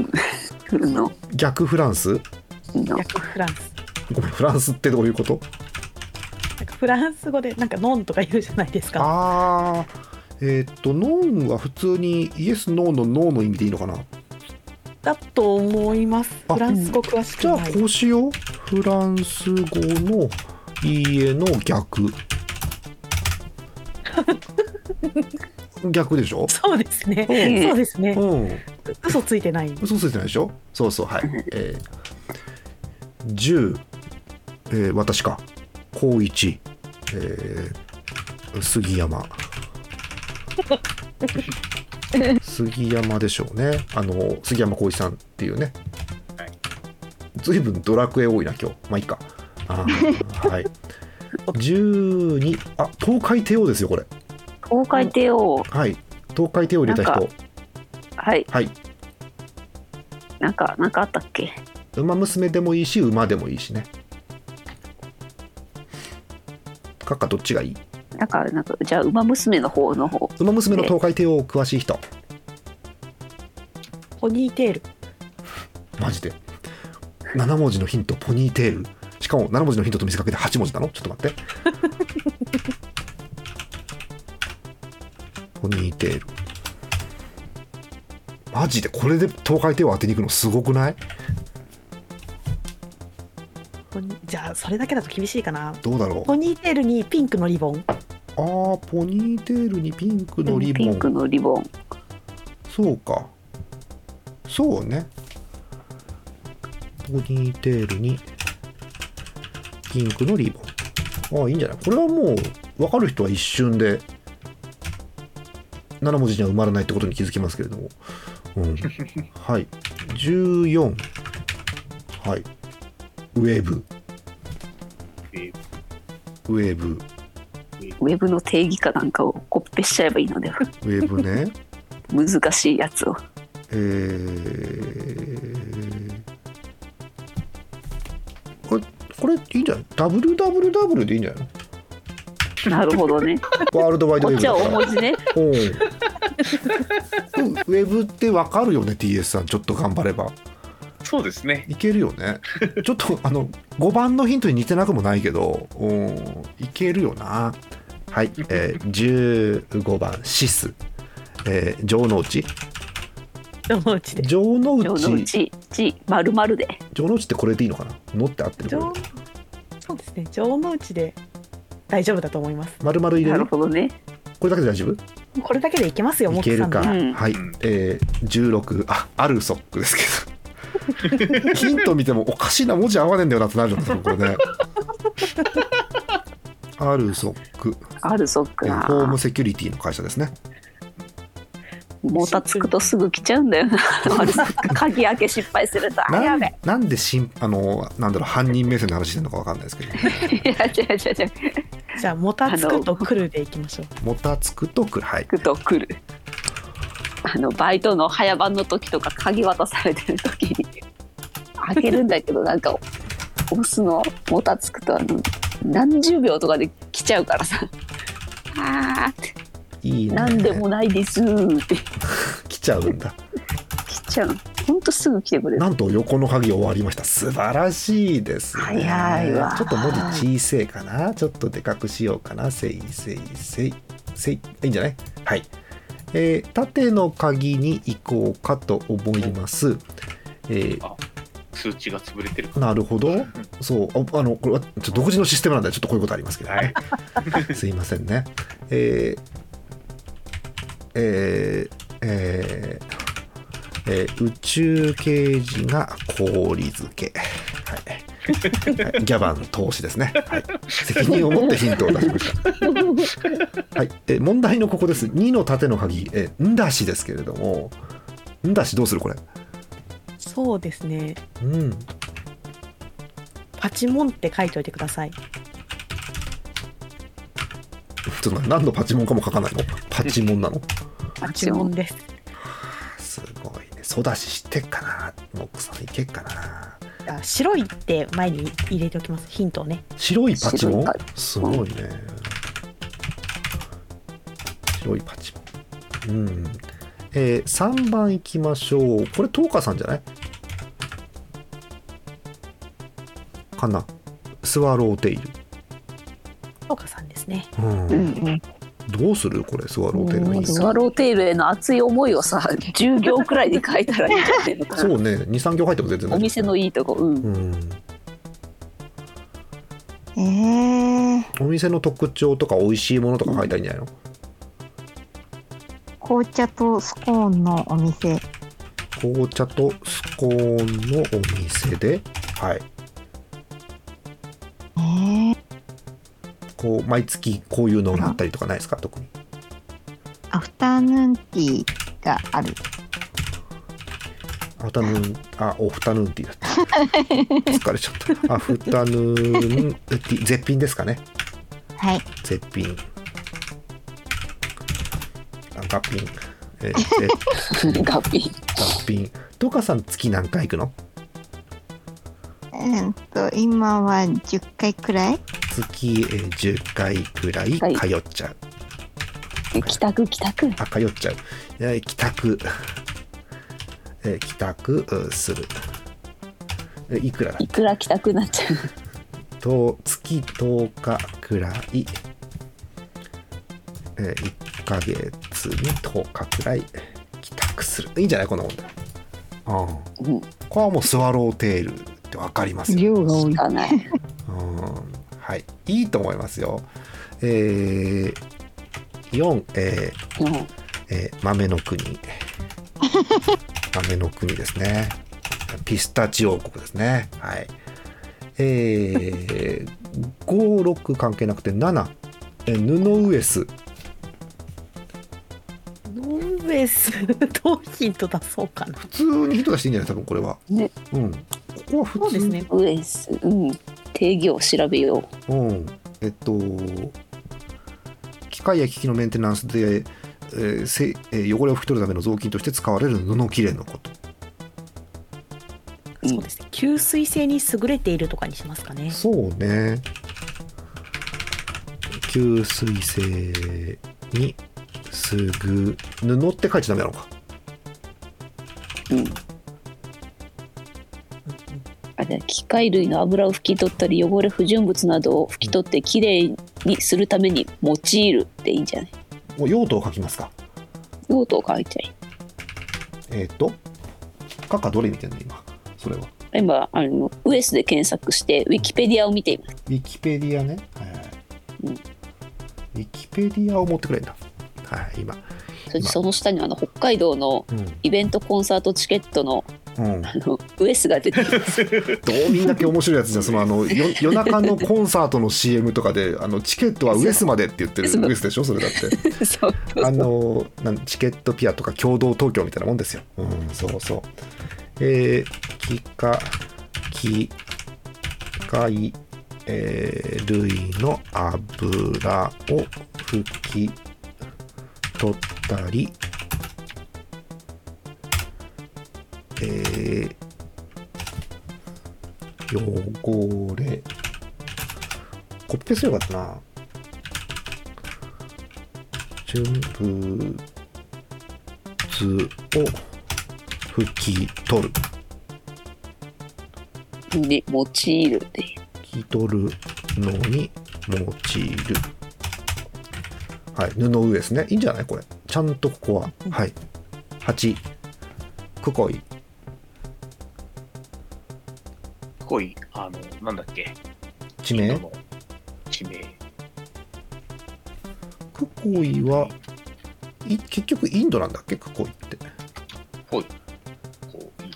の、逆フランスの。逆フランスごめんフランスってどういうことなんかフランス語でなんかノンとか言うじゃないですかああえーっとノンは普通にイエスノーのノーの意味でいいのかなだと思いますあフランス語詳しくじゃあないこうしようフランス語の「いいえ」の *laughs* 逆逆でしょそうですねうんそうですねうん嘘ついてない嘘ついてないでしょそうそうはいえー、10、えー私か高一えー杉 *laughs* 山杉山でしょうねあの杉山浩一さんっていうねはい随分ドラクエ多いな今日まあいいかあーはい12あ東海帝王ですよこれ東海帝王、はい東海帝王入れたなん人はい、はいなんか、なんかあったっけ。馬娘でもいいし馬でもいいしね閣下どっちがいいなんか、なんか、じゃあ、馬娘の方の方。馬娘の東海帝王詳しい人ポニーテールマジで7文字のヒントポニーテールしかも7文字のヒントと見せかけて8文字なのちょっと待って *laughs* ポニーテールマジでこれで東海帝王当てに行くのすごくないポニーじゃあそれだけだと厳しいかなどうだろうポニーテールにピンクのリボンあーポニーテールにピンクのリピボンンクのリボン。そうか。そうね。ボディーテールにピンクのリボン。ああ、いいんじゃないこれはもう分かる人は一瞬で7文字には埋まらないってことに気づきますけれども。 *laughs* うん。はい。14。はい。ウェーブ。ウェーウェーブ。ウェブの定義かなんかをコピペしちゃえばいいので *laughs* は。ウェーブね。難しいやつを。えー、これこれいいんじゃない ?WWW でいいんじ *laughs* ゃないなるほどね。ワールドワイドウェブこっちだはか大ら文字ね。うんうんウェブってわかるよね TS さんちょっと頑張ればそうですねいけるよねちょっとあの5番のヒントに似てなくもないけどうんいけるよなはい、えー、15番シス、えー、城之内どのうちで城之上のう内ち、ち、まるまるで。城之内ってこれでいいのかなのって合ってるこれ上そうですね城之内で大丈夫だと思います丸々入れなるるほどね。これだけで大丈夫これだけでいけますよいけるか、モックさんならうんはい、うんえー、16あアルソックですけど *laughs* ヒント見てもおかしいな文字合わねえんだよなってなるんですよこれねアルソックあるそっかえーホームセキュリティの会社ですねもたつくとすぐ来ちゃうんだよ *laughs* な。あれ鍵開け失敗すると。あなやんべ。なんでしんあのなんだろう犯人目線の話してるのかわかんないですけどいや、違う違う違う。じゃあもたつくとくるでいきましょうもたつくとくはいくと来る。あのバイトの早番の時とか鍵渡されてる時に開けるんだけどなんか押すのもたつくとあの何十秒とかで来ちゃうからさ「あーいいね何でもないです」って来ちゃうんだ来ちゃうほんとすぐ来てくれるなんと横の鍵終わりました素晴らしいですね早いわちょっと文字小せいかなちょっとでかくしようかなせいせいせいせいいいんじゃないはい、えー縦の鍵に行こうかと思います、えー数値が潰れてるなるほどそうああのこれはちょっと独自のシステムなんでちょっとこういうことありますけどねすいませんねえーえーえーえー宇宙刑事が氷漬け、はいはい、ギャバン投資ですね、はい、責任を持ってヒントを出しました、はいえー問題のここです2の縦の鍵、えーんだしですけれどもんだしどうするこれそうですねうんパチモンって書いておいてください *laughs* ちょっと待って何のパチモンかも書かないのパチモンなのパパチモンですソダシ知ってっかなもう草いけっかなあ白いって前に入れておきますヒントをね白いパチモン白いすごいね白いパチモンうんえー、3番いきましょうこれトーカさんじゃないかなスワローテイル岡さんですねうん、うんどうするこれスワローテイルのういん、いスワローテイルへの熱い思いをさ10行くらいに書いたらいいんじゃないのかそなうね23行入っても全然大丈夫お店のいいとこうんうんえー、お店の特徴とか美味しいものとか書いたらいいんじゃないの紅茶とスコーンのお店紅茶とスコーンのお店ではいえー、こう毎月こういうのがあったりとかないですか特にアフタヌーンティーがあるアフタヌーンあオフタヌーンティーだった疲れちゃったアフタヌーンティー絶品ですかねはい絶品あガピンえー絶ガピガピントカさん月何回行くのうんと今は10回くらい月、えー10回くらいはい通っちゃう、帰宅帰宅あ通っちゃう、えー帰宅、えー帰宅うんするえーいくらだいくら帰宅になっちゃうと月10日くらい、え1ヶ月に10日くらい帰宅するいいんじゃないこんなもんでああうんこれはもうスワローテールって分かりますよ、量が多いかないうん、はいいいと思いますよえー、4えーうんえー豆の *laughs* 国豆の国ですねピスタチオ王国ですねはいえー、56関係なくて7えー布ウエスノンウェスどうヒント出そうかな普通にヒット出していいんじゃない多分これは、ねうんここは普通そうですねウエスうん定義を調べようんえっと機械や機器のメンテナンスで、えーせえー汚れを拭き取るための雑巾として使われる布切れのことうんそうですね吸水性に優れているとかにしますかねそうね吸水性にすぐ布って書いちゃダメなのかううんあれ機械類の油を拭き取ったり汚れ不純物などを拭き取ってきれいにするために用いるっていいんじゃないもう用途を書きますか用途を書いちゃいえっ、とカカどれ見てんの今それは今あのウエスで検索してウィキペディアを見ていますウィキペディアねはいはいうんウィキペディアを持ってくれんだはい今そしてその下にあの北海道のうんイベントコンサートチケットのうんあのウエスが出てき *laughs* ますどうみんなけ面白いやつじゃんそのあのよ夜中のコンサートの CM とかであのチケットはウエスまでって言ってるそうウエスでしょそれだってそうあのなんチケットピアとか共同東京みたいなもんですよ。うん、そうそう。えー、機械、機械、えー類の油を拭き取ったり、えー汚れ、コピペすればよかったな。純物を拭き取るに用いるっていう拭き取るのに用いるはい布上ですねいいんじゃないこれちゃんとここははい8くこいすごい、あの、なんだっけ、地名人の地名。くこいはい結局インドなんだっけくこいってほい。こい。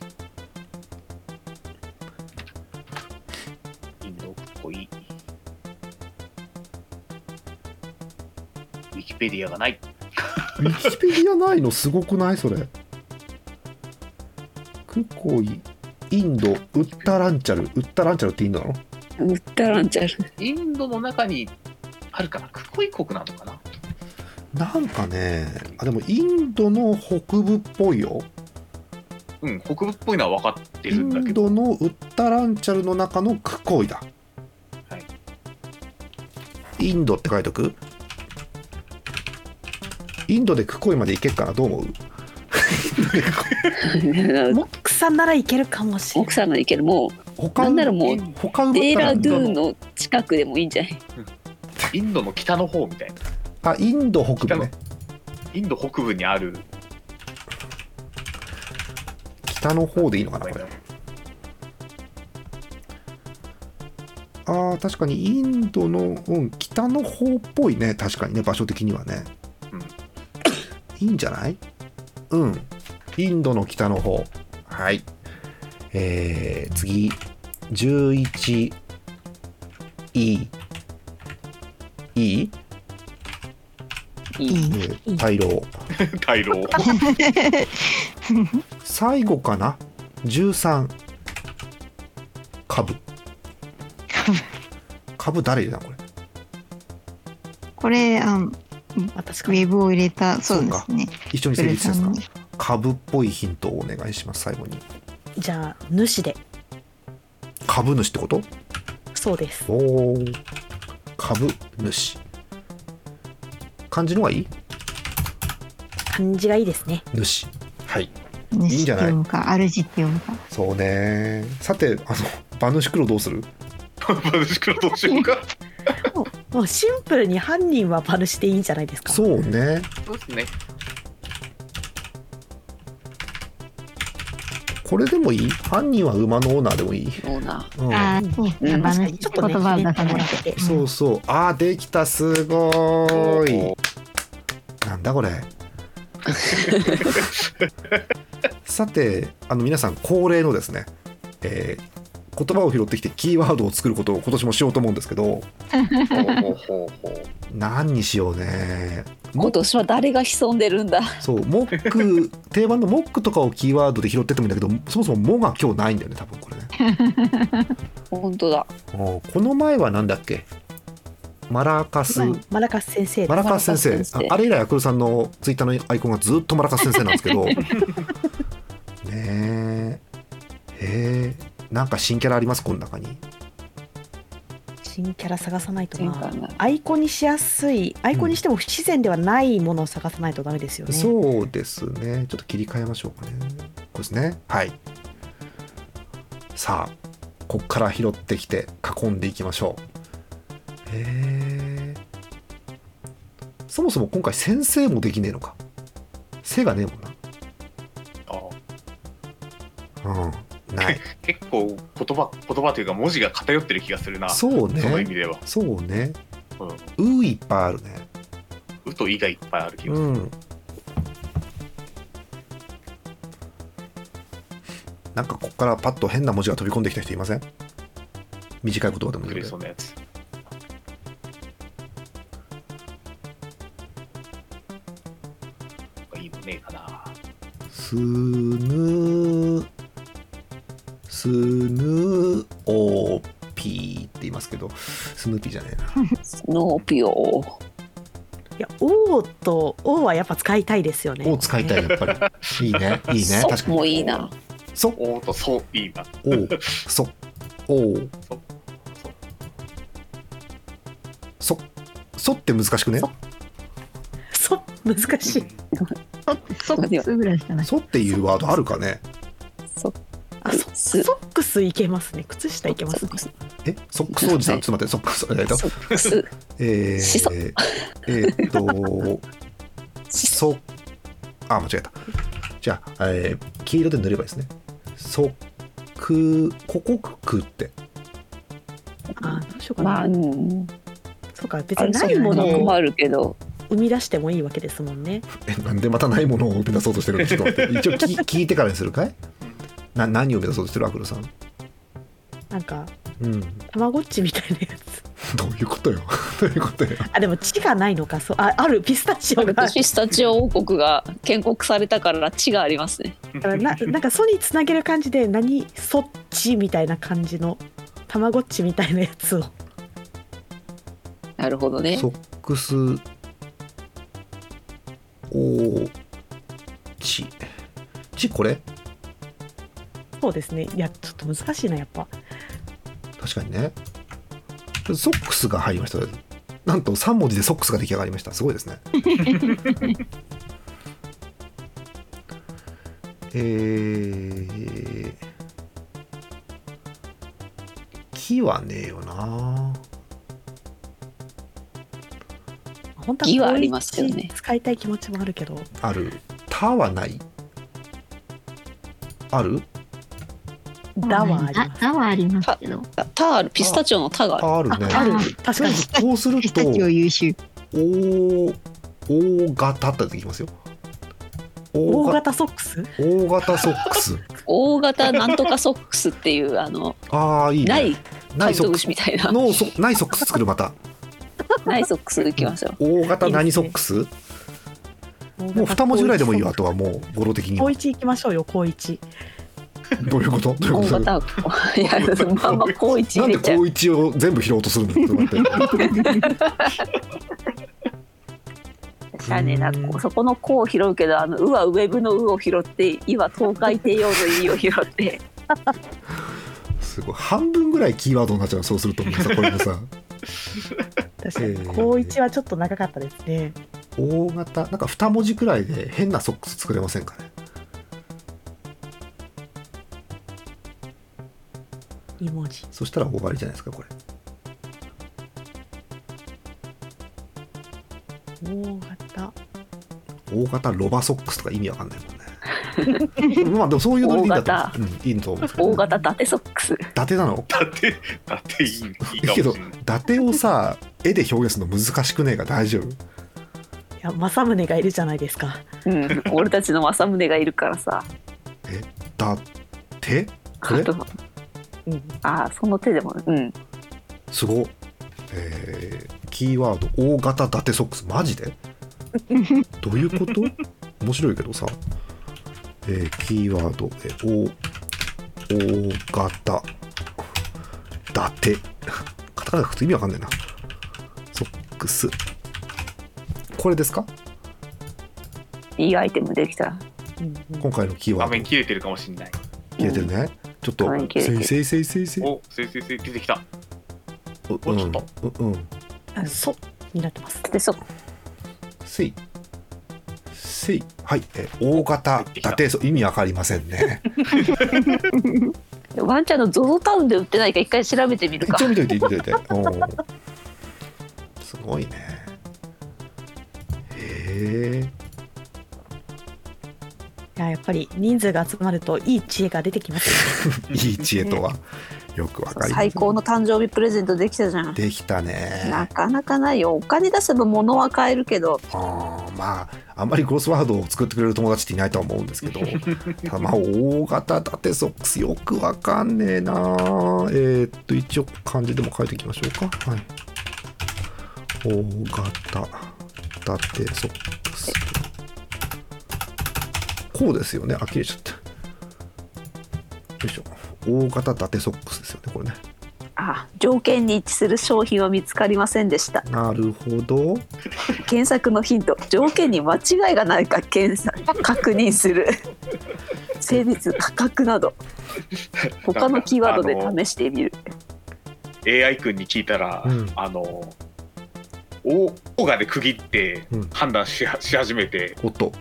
インドっぽい。ウィキペディアがない。ウィキペディアないのすごくないそれくこいインドウッタランチャルウッタランチャルってインドなのウッタランチャルインドの中にあるかなクコイ国なのかななんかねあでもインドの北部っぽいようん、北部っぽいのは分かってイるんだけンど、ドのウッタランチャルの中のクコイだはインドって書いとくインドでクコイまで行けっかなどう思うモックさんならいけるかもしれない奥さんのいけるも他なんならもう他ウうデッータラランドドゥのの近くでもいいんじゃないインドの北の方みたいなあインド北部ねインド北部にある北の方でいいのかなこれあー確かにインドの、うん、北の方っぽいね確かにね場所的にはね、うんいいんじゃないうんインドの北の方はいえー、次 11E E えいいー大老 *laughs* 大老最後かな13株 *laughs* 株誰だこれこれあの私ウかェブを入れたそうですね一緒に成立しますブかレさ株っぽいヒントをお願いします最後にじゃあ主で株主ってことそうですおお株主漢字の方がいい感じがいいですね主はいんにいいんじゃない主って読むか主って読むかそうねさてあの馬主黒どうする私からどうしようかもうシンプルに犯人はバルしていいんじゃないですかそうねそうですねこれでもいい犯人は馬のオーナーでもいい、オーナうんあーそううん馬確か主にちちょょっっとと言ね葉を出ひねさないってもらっててそうそうあーできたすごーいなんだこ *laughs* れさてあの皆さん恒例のですね、えー言葉を拾ってきてキーワードを作ることを今年もしようと思うんですけどほうほうほうほ何にしようねー今年は誰が潜んでるんだそうモッ *laughs* ク定番のモックとかをキーワードで拾ってってもいいんだけどそもそも「も」が今日ないんだよね多分これね本当だおーこの前はなんだっけマラカスうんマラカス先生マラカス先マラカス生先生ああれ以来アクルさんのツイッターのアイコンがずっとマラカス先生なんですけ *laughs* どねえへえなんか新キャラありますこの中に新キャラ探さないと前回なのアイコンにしやすいアイコンにしても不自然ではないものを探さないとダメですよね、そうですねちょっと切り替えましょうかねこうですねはいさあこっから拾ってきて囲んでいきましょうへえそもそも今回先生もできねえのか背がねえもんうなうん *laughs* ない結構言葉言葉というか文字が偏ってる気がするなそ,、そうのね意味では、そうねうん、ういっぱいあるねうといがいっぱいある気がする、うんなんかここからパッと変な文字が飛び込んできた人いません短い言葉でもいいクのレでソンのやついいのねえかなすぬすぬおぴーって言いますけどスヌーピーじゃねえなノーピオいや王と王はやっぱ使いたいですよねを使いたいやっぱりいいねいいねそ確かうにもういいなそおーとそういいなおうそおうそそそそって難しくねそう難しいそっつぐらいしかないそっていうワードあるかねそあそすソックスいけますね靴下いけますねえソックスおじさんちょっと待ってソックスえっとソックスえしそー、えーっとそあ間違えたじゃあ、えー黄色で塗ればいいですねそくここくってあどうしようかな、ま *laughs* あ、うん、そうか別あにれそなういいうもののもをあるけど生み出してもいいわけですもんねえなんでまたないものを生み出そうとしてるのちょっと待って一応聞聞いてからにするかいな何を目指そうとしてるアクロさんなんかうんどたまごっちみたいなやつ *laughs* ういうことよ *laughs* どういうことよあでも血がないのかそうああるピスタチオがピスタチオ王国が建国されたから地がありますね *laughs* ななんか「ソ」につなげる感じで「何そっち」みたいな感じのたまごっちみたいなやつをなるほどねソックスおーちちこれそうですねいやちょっと難しいなやっぱ確かにねソックスが入りましたなんと3文字でソックスが出来上がりましたすごいですね *laughs* えー、木はねえよな本当義ははありますけどねこういう字使いたい気持ちもあるけどある「た」はないある「だ」はありだますだはありますけど。タール、ピスタチオのタがある。あるねあある確かにこうするピスとタチオ優秀。 「お」「お」がたってできますよ大大型型ソックス大型ソックス大型なんとかソックスっていう、あの、ああいいねない、なカいブソトッムクシスみたいな、のそないソックス作るまた *laughs* ないソックスいきますよ。大型何ソックスもう二文字ぐらいでもいいよあとはもう語呂的に高は一行きましょうよ高一どういうことどう大いうこと型、 *laughs* いや、まんま高一な入んでれちゃう。高一を全部拾おうとするんだよそうやって確かにな、こうそこの「こ」を拾うけど、あの「う」はウェブの「う」を拾って、「い」は東海帝王の「い」を拾って、すごい半分ぐらいキーワードになっちゃうそうすると皆さんこれも *laughs* さ確かにえー高一はちょっと長かったですね大型なんか二文字くらいで変なソックス作れませんかね2文字そしたら終わりじゃないですかこれ大型大型ロバソックスとか意味わかんないもんね *laughs* まあでもそういうノリでいいんだと思う、うん、いいと思うんですけど、大型伊達ソックス。伊達なのだって、だっていいいいいいかけもどしれない。伊達をさ絵で表現するの難しくねえが大丈夫いや政宗がいるじゃないですかうん、俺たちの政宗がいるからさ。だてこあれとうんあーその手でも、うん、すごっえーキーワード大型伊達ソックスマ *laughs* ジでどういうこと面白いけどさ、えーキーワード、えー、お大型伊達カタカナ書くと意味わかんないなソックスこれですかいいアイテムできた。うんうん今回のキー画ワー面ド切れてるかもしれない。消えてるね、ちょっと画面切れてせるいせいせいせいせいお、せいせいせい出てきた。うおちょっとうんうんあそうになってますで、そ、せい。せい。はい。えー大型伊達そう意味わかりませんね。ワンちゃんのゾゾタウンで売ってないか一回調べてみるか一。応見といて、見といて。おーすごいね。へえ。いややっぱり人数が集まるといい知恵が出てきます *laughs* いい知恵とは。よくわかりま最す。高の誕生日プレゼントできたじゃん。できたなね。かなかないよ。お金出せば物は買えるけど、あーまあ、あんまりクロスワードを作ってくれる友達っていないとは思うんですけど、ただまあ、大型伊達ソックスよくわかんねえなえーっと、一応漢字でも書いていきましょうか。はい。大型伊達ソックス。こうですよね。あ、切れちゃった。よいしょ。大型伊達ソックスですよね、これね。あ、条件に一致する商品は見つかりませんでした。なるほど。検索のヒント、条件に間違いがないか検索確認する。性別、価格など、他のキーワーなんかあドので試してみる。 AI 君に聞いたら、うんあのオオーガで区切ってうん判断し,、し始めておっと、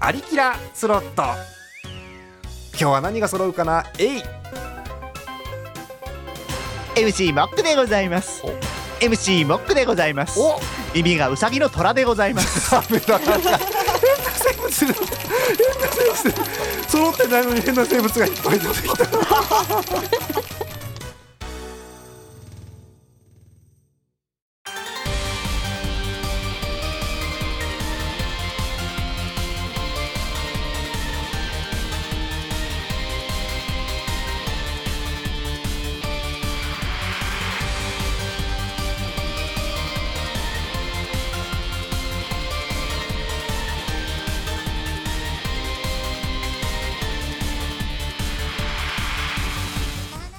アリキラスロット今日は何が揃うかなえい MC モックでございますお MC モックでございますお耳がウサギの虎でございますダメだ変な生物だ変な生物だ揃ってないのに変な生物がいっぱい出てきた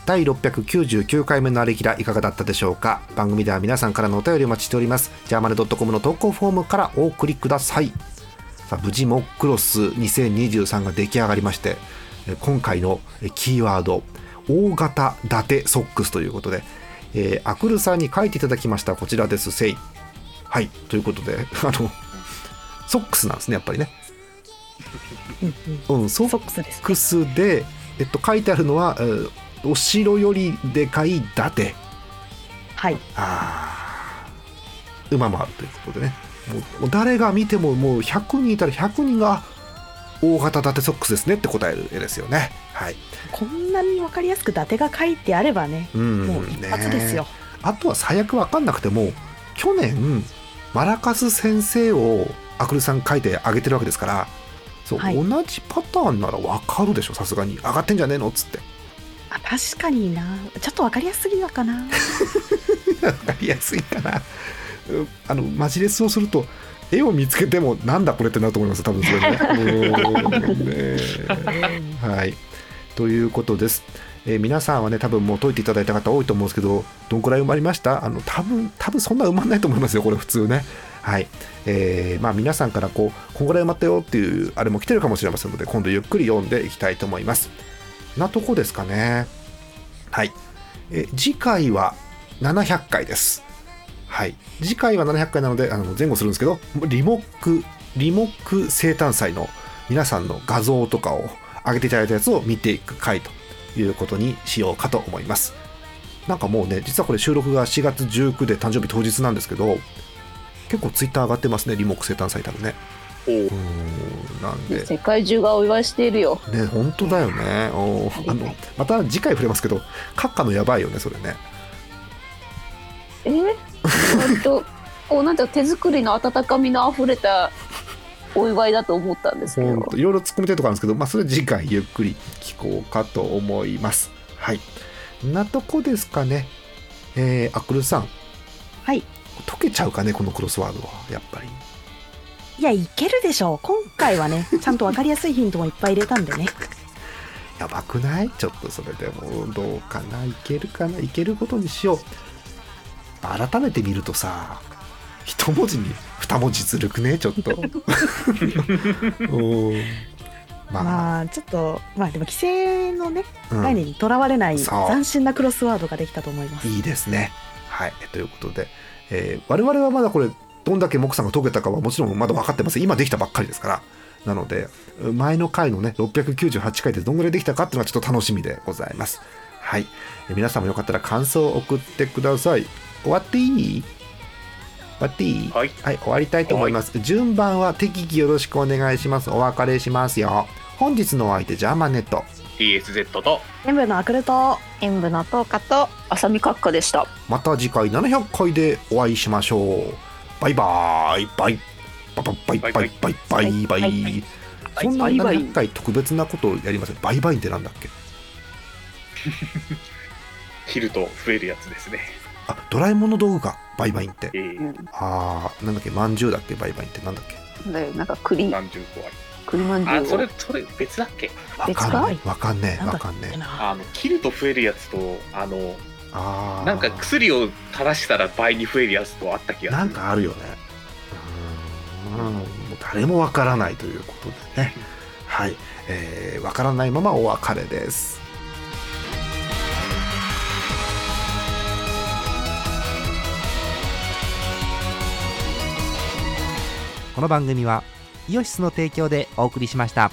第699回目のあれキラいかがだったでしょうか番組では皆さんからのお便りをお待ちしておりますジャーマネドットコムの投稿フォームからお送りくださいさあ無事モックロス2023が出来上がりましてえー今回のえーキーワード大型伊達ソックスということで、えーアクルさんに書いていただきましたこちらですせいはいということであのソックスなんですねやっぱりねうんソッソックスですソックスで、えっと、書いてあるのは、えーお城よりでかい伊達はいあー馬もあるということでねもうもう誰が見てももう100人いたら100人が大型伊達ソックスですねって答える絵ですよねはいこんなに分かりやすく伊達が書いてあればねうんもう一発ですよ、あとは最悪分かんなくても去年マラカス先生をアクルさん書いてあげてるわけですからそう、はい同じパターンなら分かるでしょさすがに上がってんじゃねえのっつってあ確かになちょっと分かりやすすぎたかなわかりやすいかな。うんあのマジレスをすると絵を見つけてもなんだこれってなると思います多分それね。うんねはい。ということです。えー皆さんはね多分もう解いていただいた方多いと思うんですけどどんくらい埋まりましたあの多分多分そんな埋まんないと思いますよこれ普通ね。はいえーまあ、皆さんからこうこんぐらい埋まったよっていうあれも来てるかもしれませんので今度ゆっくり読んでいきたいと思います。なとこですかね。はい、えー次回は700回です。はい。次回は700回なので、あの前後するんですけど、リモック、リモック生誕祭の皆さんの画像とかを上げていただいたやつを見ていく回ということにしようかと思います。なんかもうね、実はこれ収録が4月19で誕生日当日なんですけど、結構ツイッター上がってますね、リモック生誕祭多分ね。おうーーん、なんで。世界中がお祝いしているよ。ね本当だよねおーあのまた次回触れますけど閣下のやばいよねそれねえー、割とこうなんていうの手作りの温かみの溢れたお祝いだと思ったんですけほどんといろいろ突っ込みたいところあるんですけど、まあ、それは次回ゆっくり聞こうかと思います。はい。なとこですかね。えー、アクルさん。はい。解けちゃうかね、このクロスワードは、やっぱり。いやいけるでしょう今回はねちゃんと分かりやすいヒントもいっぱい入れたんでねやばくないちょっとそれでも、どうかな、いけるかな、いけることにしよう。改めて見るとさ、一文字に二文字ずるくね、ちょっと。うんまあ、まあちょっとまあでも規制のねうん概念にとらわれないそう斬新なクロスワードができたと思いますいいですね。はい。ということで、えー我々はまだこれ、どんだけモクさんが解けたかはもちろんまだ分かってません。今できたばっかりですから。なので、前の回のね、698回でどんぐらいできたかっていうのはちょっと楽しみでございます。はい。えー皆さんもよかったら感想を送ってください。終わっていい終わっていいはいはい、終わりたいと思います。順番は適宜よろしくお願いします。お別れしますよ。本日のお相手、ジャーマネット。 TSZ と全部のアクルト演舞の10日と浅見閣下でしたまた次回700回でお会いしましょう。バイバイバイバイバイバイバイバイバイババイ。そんな700回特別なことをやりません。バイバイってなんだっけ切ると増えるやつですね。あ、ドラえもんの道具か。バイバイってえ。ー、あー、なんだっけ、まんじゅうだっけ、バイバイってなんだっけ。でなんか栗35栗まんじゅあ、そうれを、それ別だっけわかんない別。わかんねえ。なんわだっかんねけえ。なあの、切ると増えるやつと、あの、あー。なんか薬を垂らしたら倍に増えるやつとあった気がすなる。んかあるよね。うーん、もう誰もわからないということでね。はい、えーわからないままお別れです。この番組はイオシスの提供でお送りしました